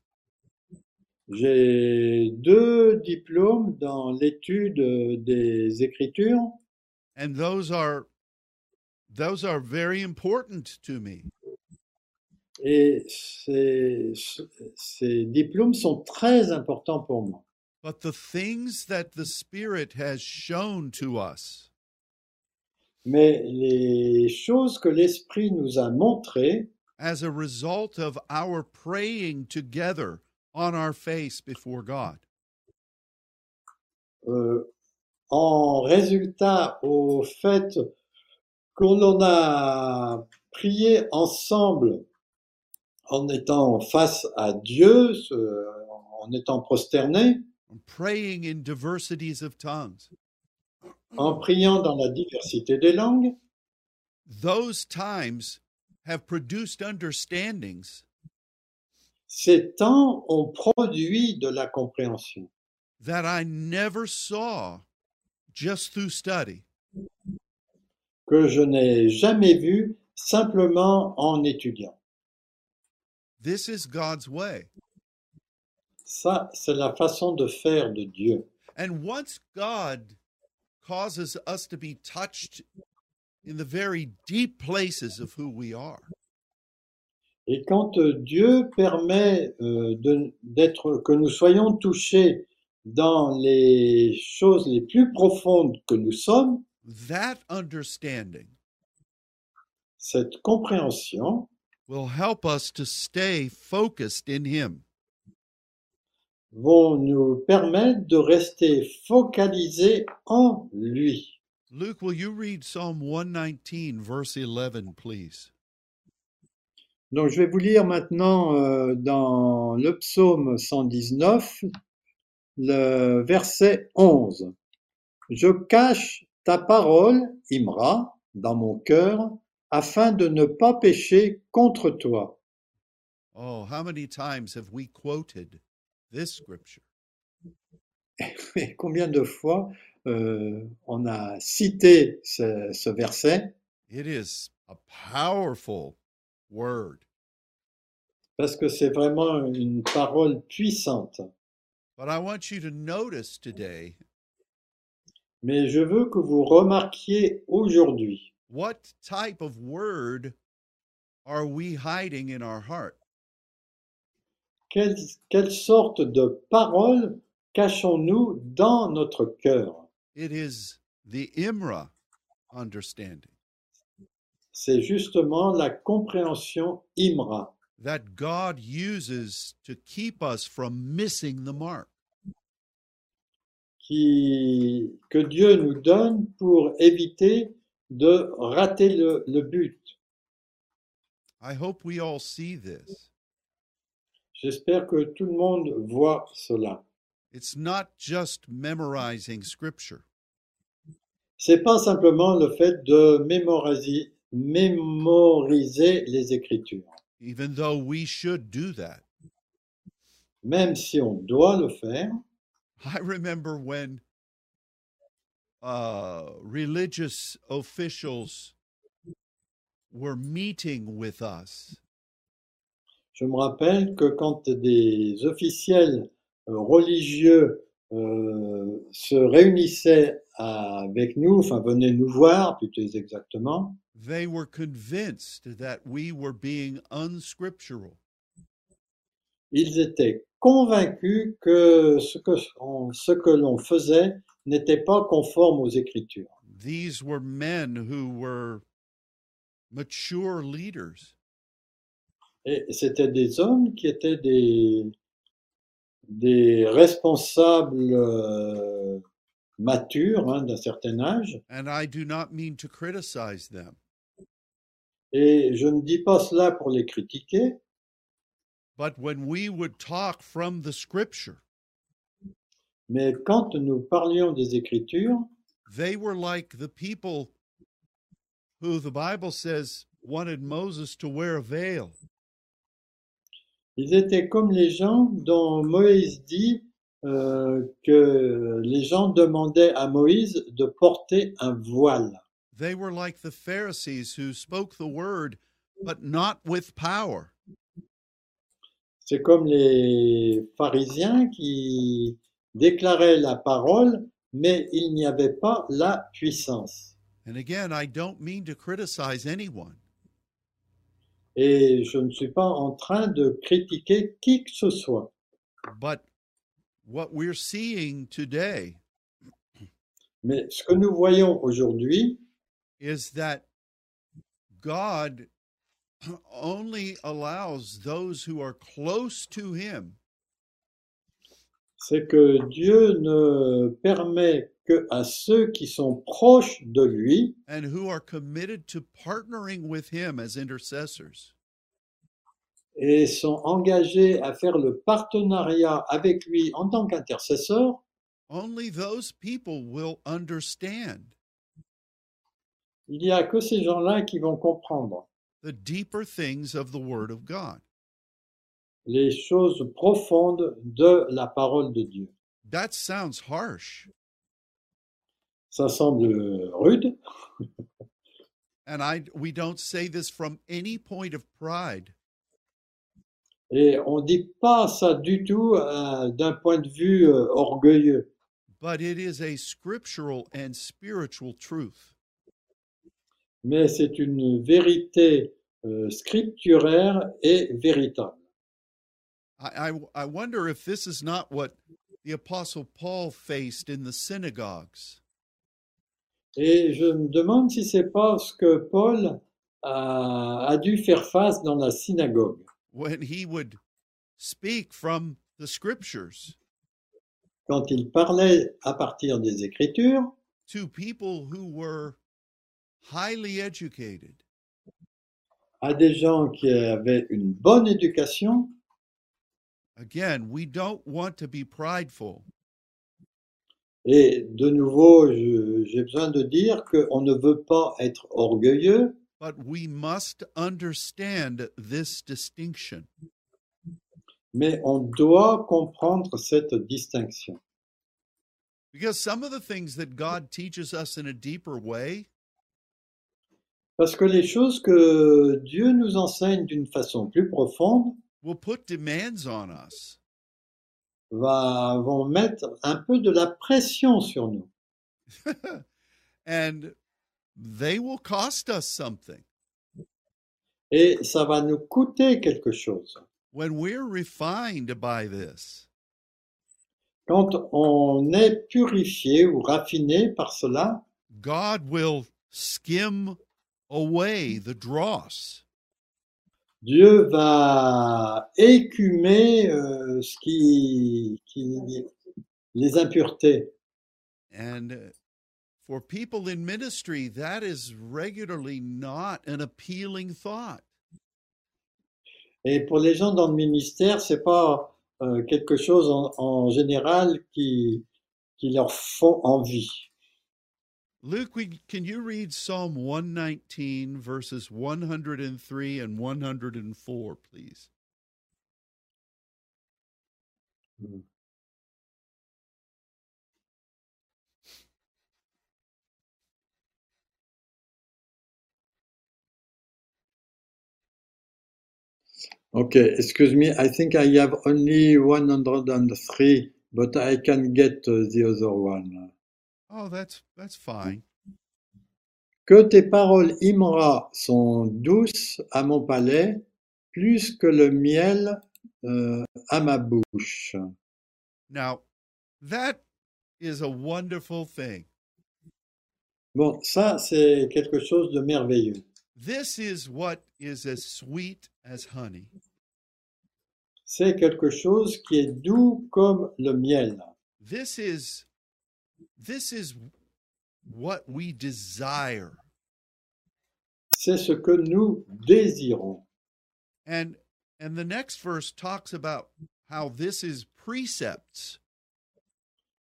B: J'ai deux diplômes dans l'étude des Écritures
A: and those are those are very important to me
B: et ces, ces diplômes sont très importants pour moi.
A: but the things that the spirit has shown to us
B: Mais les choses que l'Esprit nous a montrées
A: as a result of our praying together on our face before god
B: euh, en résultat au fait qu'on en a prié ensemble en étant face à Dieu, ce- en étant prosterné,
A: and praying in diversities of tongues
B: en priant dans la diversité des langues,
A: those times have produced understandings
B: ces temps ont produit de la compréhension
A: that i never saw just through study
B: que je n'ai jamais vue simplement en étudiant.
A: this is god's way
B: Ça, c'est la façon de faire de Dieu.
A: And once God causes us to be touched in the very deep places of who we are,
B: Et quand euh, Dieu permet euh, de- d'être que nous soyons touchés dans les choses les plus profondes que nous sommes,
A: That understanding
B: cette compréhension
A: will help us to stay focused in Him.
B: vont nous permettre de rester focalisés en lui.
A: Luke, will you read Psalm 119, verse 11, please?
B: Donc je vais vous lire maintenant euh, dans le psaume 119, le verset 11. Je cache ta parole, Imra, dans mon cœur, afin de ne pas pécher contre toi.
A: Oh, how many times have we quoted this scripture?
B: Et combien de fois euh, on a cité ce, ce verset
A: It is a powerful word,
B: Parce que c'est vraiment une parole puissante.
A: but I want you to notice today
B: Mais je veux que vous remarquiez aujourd'hui
A: what type of word are we hiding in our heart?
B: quelle, quelle sorte de parole cachons-nous dans notre cœur
A: It is the Imra understanding
B: C'est justement la compréhension Imra
A: that God uses to keep us from missing the mark.
B: qui, que Dieu nous donne pour éviter de rater le- le but.
A: I hope we all see this.
B: J'espère que tout le monde voit cela.
A: It's not just memorizing scripture.
B: C'est pas simplement le fait de mémoriser, mémoriser les écritures,
A: even though we should do that.
B: même si on doit le faire.
A: I remember when uh, religious officials were meeting with us,
B: Je me rappelle que quand des officiels euh, religieux euh, se réunissaient à- avec nous, enfin venaient nous voir plus exactement,
A: they were convinced that we were being unscriptural.
B: ils étaient convaincus que ce que, on- ce que l'on faisait n'était pas conforme aux écritures.
A: These were men who were mature leaders,
B: Et c'était des hommes qui étaient des, des responsables euh, matures hein, d'un certain âge.
A: and I do not mean to criticize them,
B: Et je ne dis pas cela pour les critiquer,
A: but when we would talk from the scripture,
B: mais quand nous parlions des Écritures,
A: they were like the people who the Bible says wanted Moses to wear a veil.
B: ils étaient comme les gens dont Moïse dit euh, que les gens demandaient à Moïse de porter un voile.
A: They were like the Pharisees who spoke the word, but not with power.
B: C'est comme les pharisiens qui déclaraient la parole, mais il n'y avait pas la puissance.
A: And again, I don't mean to criticize anyone,
B: Et je ne suis pas en train de critiquer qui que ce soit.
A: but what we're seeing today
B: Mais ce que nous voyons aujourd'hui,
A: is that God only allows those who are close to Him
B: c'est que Dieu ne permet que à ceux qui sont proches de lui
A: and who are committed to partnering with Him as intercessors.
B: et sont engagés à faire le partenariat avec lui en tant qu'intercesseur,
A: Only those people will understand
B: il n'y a que ces gens-là qui vont comprendre
A: the deeper things of the Word of God.
B: les choses profondes de la parole de Dieu.
A: That sounds harsh,
B: Ça semble rude
A: and I we don't say this from any point of pride,
B: et on dit pas ça du tout euh, d'un point de vue euh, orgueilleux,
A: but it is a scriptural and spiritual truth.
B: mais c'est une vérité euh, scripturaire et véritable.
A: I, I I wonder if this is not what the Apostle Paul faced in the synagogues.
B: Et je me demande si c'est pas ce que Paul a, a dû faire face dans la synagogue
A: when he would speak from the scriptures
B: quand il parlait à partir des Écritures
A: to people who were highly educated,
B: à des gens qui avaient une bonne éducation.
A: again, we don't want to be prideful,
B: Et de nouveau, je- j'ai besoin de dire qu'on ne veut pas être orgueilleux,
A: but we must understand this distinction.
B: mais on doit comprendre cette distinction.
A: Because some of the things that God teaches us in a deeper way
B: Parce que les choses que Dieu nous enseigne d'une façon plus profonde
A: will put demands on us.
B: va- vont mettre un peu de la pression sur nous.
A: and they will cost us something.
B: Et ça va nous coûter quelque chose.
A: When we're refined by this,
B: Quand on est purifié ou raffiné par cela,
A: God will skim away the dross.
B: Dieu va écumer euh, ce qui, qui- les impuretés.
A: And uh, for people in ministry, that is regularly not an appealing thought.
B: Et pour les gens dans le ministère, c'est pas euh, quelque chose en, en général qui, qui leur font envie.
A: Luke, we, can you read Psalm 119, verses 103 and 104, please?
B: Okay, excuse me. I think I have only 103, but I can get uh, the other one.
A: Oh, that's that's fine.
B: Que tes paroles, Imra, sont douces à mon palais, plus que le miel euh, à ma bouche.
A: Now, that is a wonderful thing.
B: Bon, ça, c'est quelque chose de merveilleux.
A: This is what is as sweet as honey.
B: C'est quelque chose qui est doux comme le miel.
A: This is this is what we desire.
B: C'est ce que nous désirons.
A: And and the next verse talks about how this is precepts.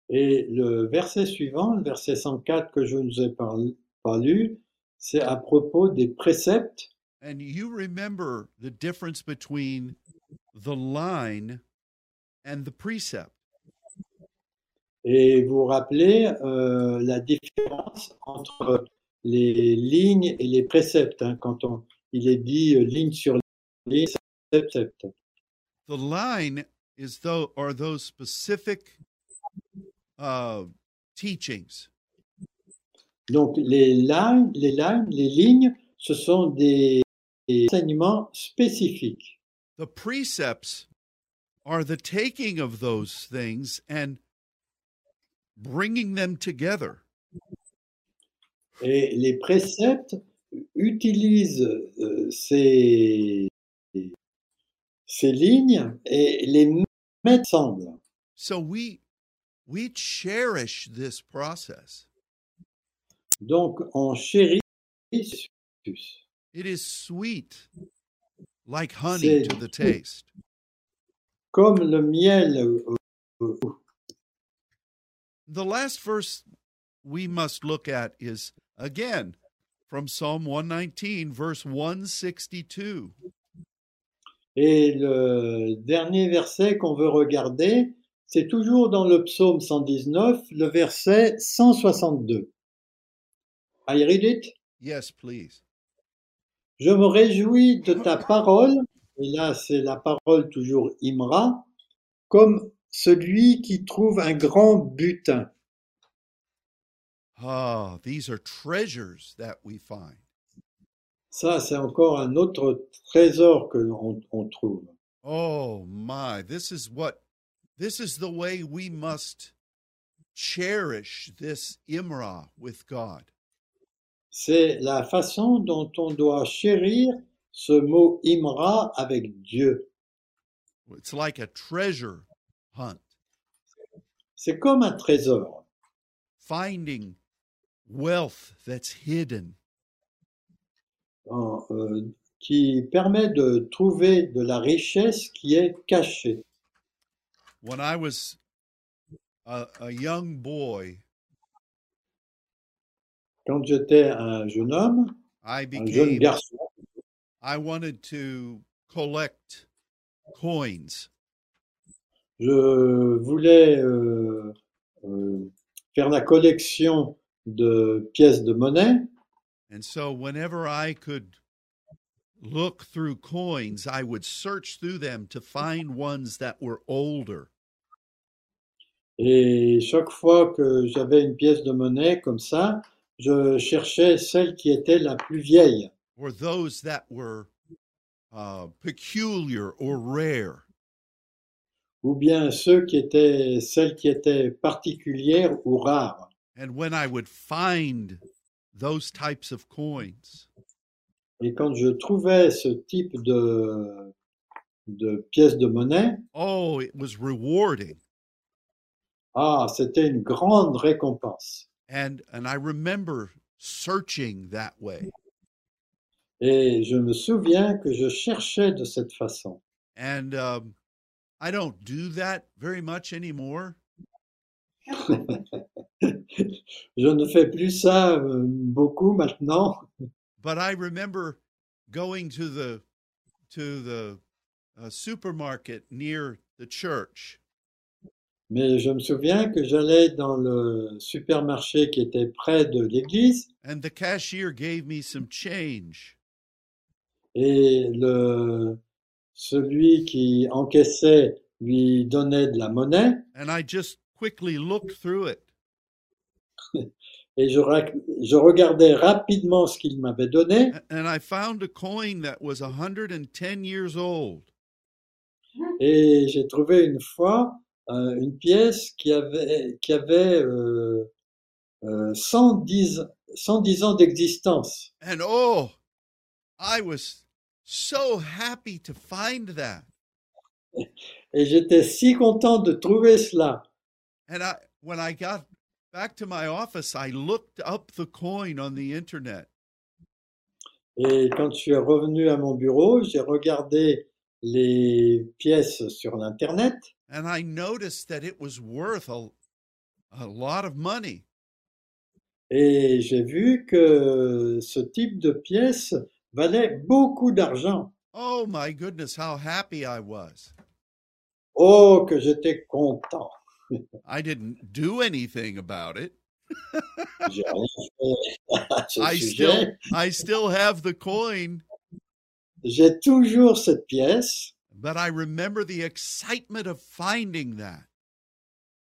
B: Et le verset suivant, le verset 104 que je ne vous ai par- pas lu, c'est à propos des préceptes.
A: And you remember the difference between the line and the precept.
B: Et vous vous rappelez euh, la différence entre les lignes et les préceptes, hein, quand on, il est dit euh, ligne sur ligne, précepte.
A: The line is though are those specific uh, teachings.
B: Donc les lignes, les lignes, les lignes, ce sont des, des enseignements spécifiques.
A: The precepts are the taking of those things and bringing them together.
B: Et les préceptes utilisent euh, ces, ces lignes et les mettent ensemble.
A: So we we cherish this process.
B: Donc on chérit ce processus.
A: It is sweet like honey
B: C'est
A: to the taste.
B: comme le miel euh, au- au- au-
A: The last verse we must look at is again from Psalm 119 verse 162.
B: Et le dernier verset qu'on veut regarder, c'est toujours dans le psaume 119, le verset 162. I read it.
A: Yes, please.
B: Je me réjouis de ta parole, et là c'est la parole toujours Imra, comme celui qui trouve un grand butin.
A: Ah, these are treasures that we find.
B: Ça, c'est encore un autre trésor que l'on on trouve.
A: Oh my, this is what This is the way we must cherish this Imra with God.
B: C'est la façon dont on doit chérir ce mot Imra avec Dieu.
A: It's like a treasure hunt,
B: C'est comme un trésor,
A: finding wealth that's hidden.
B: hein, euh, qui permet de trouver de la richesse qui est cachée.
A: When I was a, a young boy,
B: Quand j'étais un jeune homme,
A: I
B: un
A: became,
B: jeune garçon,
A: I wanted to collect coins.
B: je voulais euh, euh, faire la collection de pièces de monnaie
A: And so whenever I could look through coins, I would search through them to find ones that were older.
B: Et chaque fois que j'avais une pièce de monnaie comme ça, je cherchais celle qui était la plus vieille
A: or those that were uh, peculiar or rare.
B: ou bien ceux qui étaient, celles qui étaient particulières ou rares.
A: And when I would find those types of coins,
B: Et quand je trouvais ce type de, de pièce de monnaie,
A: oh, it was rewarding.
B: ah, c'était une grande récompense.
A: And and I remember searching that way.
B: Et je me souviens que je cherchais de cette façon.
A: And um, I don't do that very much anymore.
B: Je ne fais plus ça euh, beaucoup maintenant.
A: But I remember going to the to the uh, supermarket near the church
B: Mais je me souviens que j'allais dans le supermarché qui était près de l'église
A: and the cashier gave me some change
B: et le, celui qui encaissait lui donnait de la monnaie
A: and I just quickly looked through it
B: et je, rac- je regardais rapidement ce qu'il m'avait donné
A: A- and I found a coin that was 110 years old.
B: et j'ai trouvé une fois euh, une pièce qui avait, qui avait euh, euh, 110, 110 ans d'existence.
A: And oh, I was so happy to find that.
B: Et j'étais si content de trouver cela.
A: And I when I got back to my office, I looked up the coin on the internet
B: Et quand je suis revenu à mon bureau, j'ai regardé les pièces sur l'Internet
A: and I noticed that it was worth a, a lot of money.
B: et j'ai vu que ce type de pièce valait beaucoup d'argent.
A: Oh my goodness, how happy I was.
B: Oh, que j'étais content.
A: I didn't do anything about it.
B: J'ai rien fait à ce
A: I still
B: sujet.
A: I still have the coin.
B: J'ai toujours cette pièce,
A: But I remember the excitement of finding that.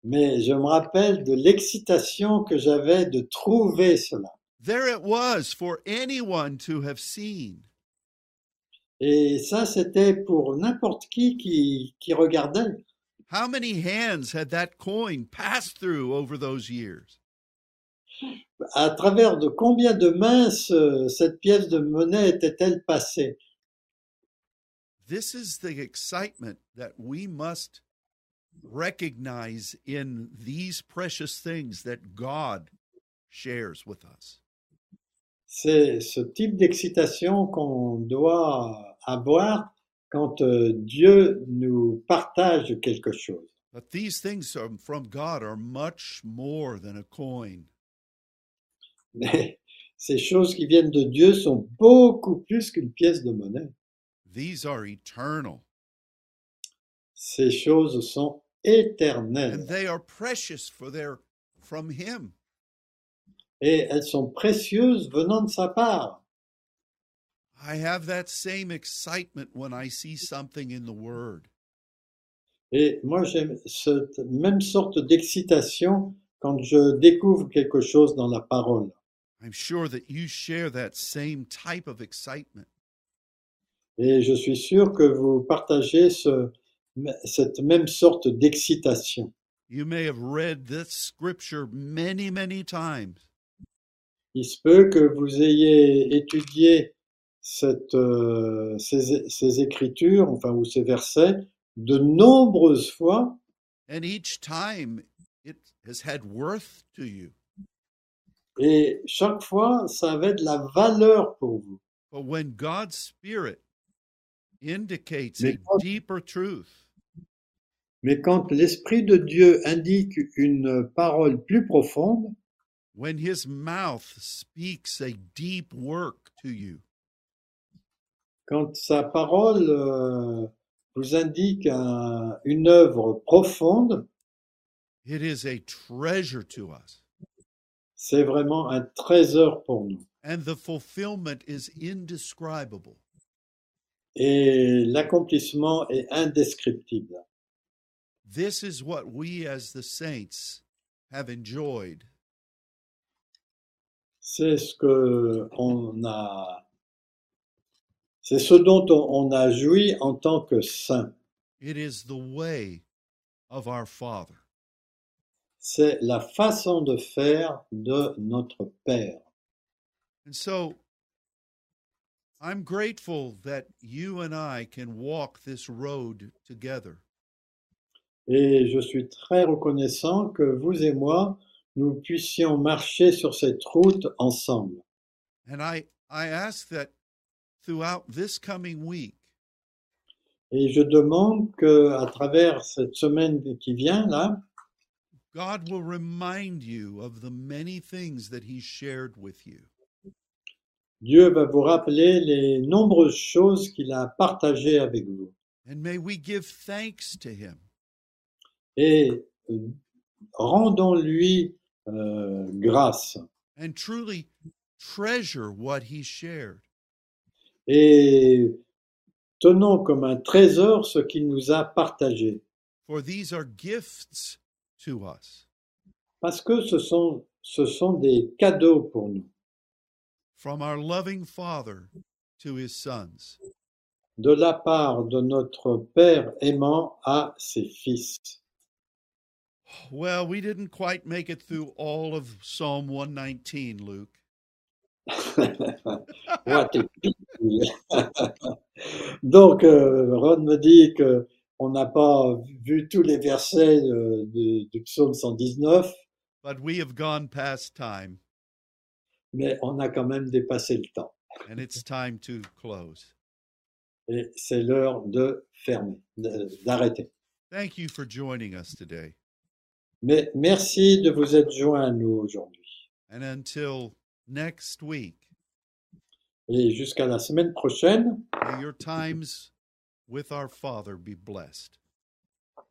B: mais je me rappelle de l'excitation que j'avais de trouver cela.
A: There it was for anyone to have seen.
B: Et ça, c'était pour n'importe qui qui, qui regardait.
A: How many hands had that coin passed through over those years?
B: À travers de combien de mains ce- cette pièce de monnaie était-elle passée
A: This is the excitement that we must recognize in these precious things that God shares with us.
B: C'est ce type d'excitation qu'on doit avoir quand euh, Dieu nous partage quelque chose.
A: But these things are- from God are much more than a coin.
B: Mais ces choses qui viennent de Dieu sont beaucoup plus qu'une pièce de monnaie.
A: These are eternal
B: Ces choses sont
A: and
B: éternelles
A: they are precious for their from him.
B: et elles sont précieuses venant de sa part.
A: I have that same excitement when I see something in the Word.
B: Et moi, j'ai cette même sorte d'excitation quand je découvre quelque chose dans la parole.
A: I'm sure that you share that same type of excitement.
B: Et je suis sûr que vous partagez ce cette même sorte d'excitation.
A: You may have read this scripture many, many times,
B: Il se peut que vous ayez étudié cette, euh, ces, ces écritures, enfin, ou ces versets, de nombreuses fois,
A: and each time it has had worth to you.
B: et chaque fois, ça avait de la valeur pour vous.
A: But when God's Spirit indicates
B: Mais
A: a
B: quand-
A: deeper truth,
B: Mais quand l'Esprit de Dieu indique une parole plus profonde,
A: when His mouth speaks a deep work to you,
B: quand sa parole euh, vous indique un- une œuvre profonde,
A: it is a treasure to us.
B: c'est vraiment un trésor pour nous.
A: And the fulfillment is indescribable.
B: Et l'accomplissement est indescriptible.
A: This is what we as the saints have enjoyed.
B: C'est ce que on a, c'est ce dont on, on a joui en tant que saint.
A: It is the way of our Father.
B: C'est la façon de faire de notre Père.
A: And so I'm grateful that you and I can walk this road together.
B: Et je suis très reconnaissant que vous et moi, nous puissions marcher sur cette route ensemble.
A: And I, I ask that throughout this coming week,
B: Et je demande que, à travers cette semaine qui vient là,
A: God will remind you of the many things that He shared with you.
B: Dieu va vous rappeler les nombreuses choses qu'il a partagées avec vous.
A: And may we give thanks to Him.
B: Et euh, rendons-lui euh, grâce
A: and truly treasure what he shared.
B: et tenons comme un trésor ce qu'il nous a partagé,
A: For these are gifts to us
B: parce que ce sont, ce sont des cadeaux pour nous,
A: from our loving Father to his sons.
B: de la part de notre Père aimant à ses fils.
A: Well, we didn't quite make it through all of Psalm 119, Luke.
B: Ouais, t'es pitié. Donc, euh, Ron me dit que on n'a pas vu tous les versets euh, du, du psaume 119,
A: But we have gone past time,
B: mais on a quand même dépassé le temps.
A: and it's time to close.
B: Et c'est l'heure de fermer, de- d'arrêter.
A: Thank you for joining us today.
B: Mais merci de vous être joints à nous aujourd'hui.
A: And until next week,
B: Et jusqu'à la semaine prochaine,
A: may your times with our Father be blessed.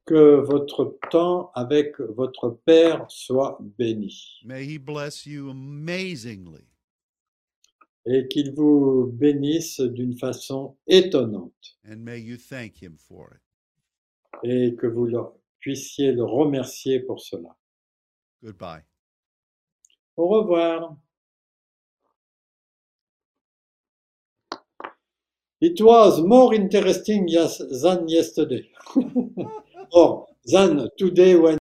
B: que votre temps avec votre Père soit béni
A: May he bless you amazingly.
B: et qu'il vous bénisse d'une façon étonnante.
A: and may you thank him for it.
B: et que vous le- puissiez le remercier pour cela.
A: Goodbye.
B: Au revoir. It was more interesting yes, than yesterday. or than today when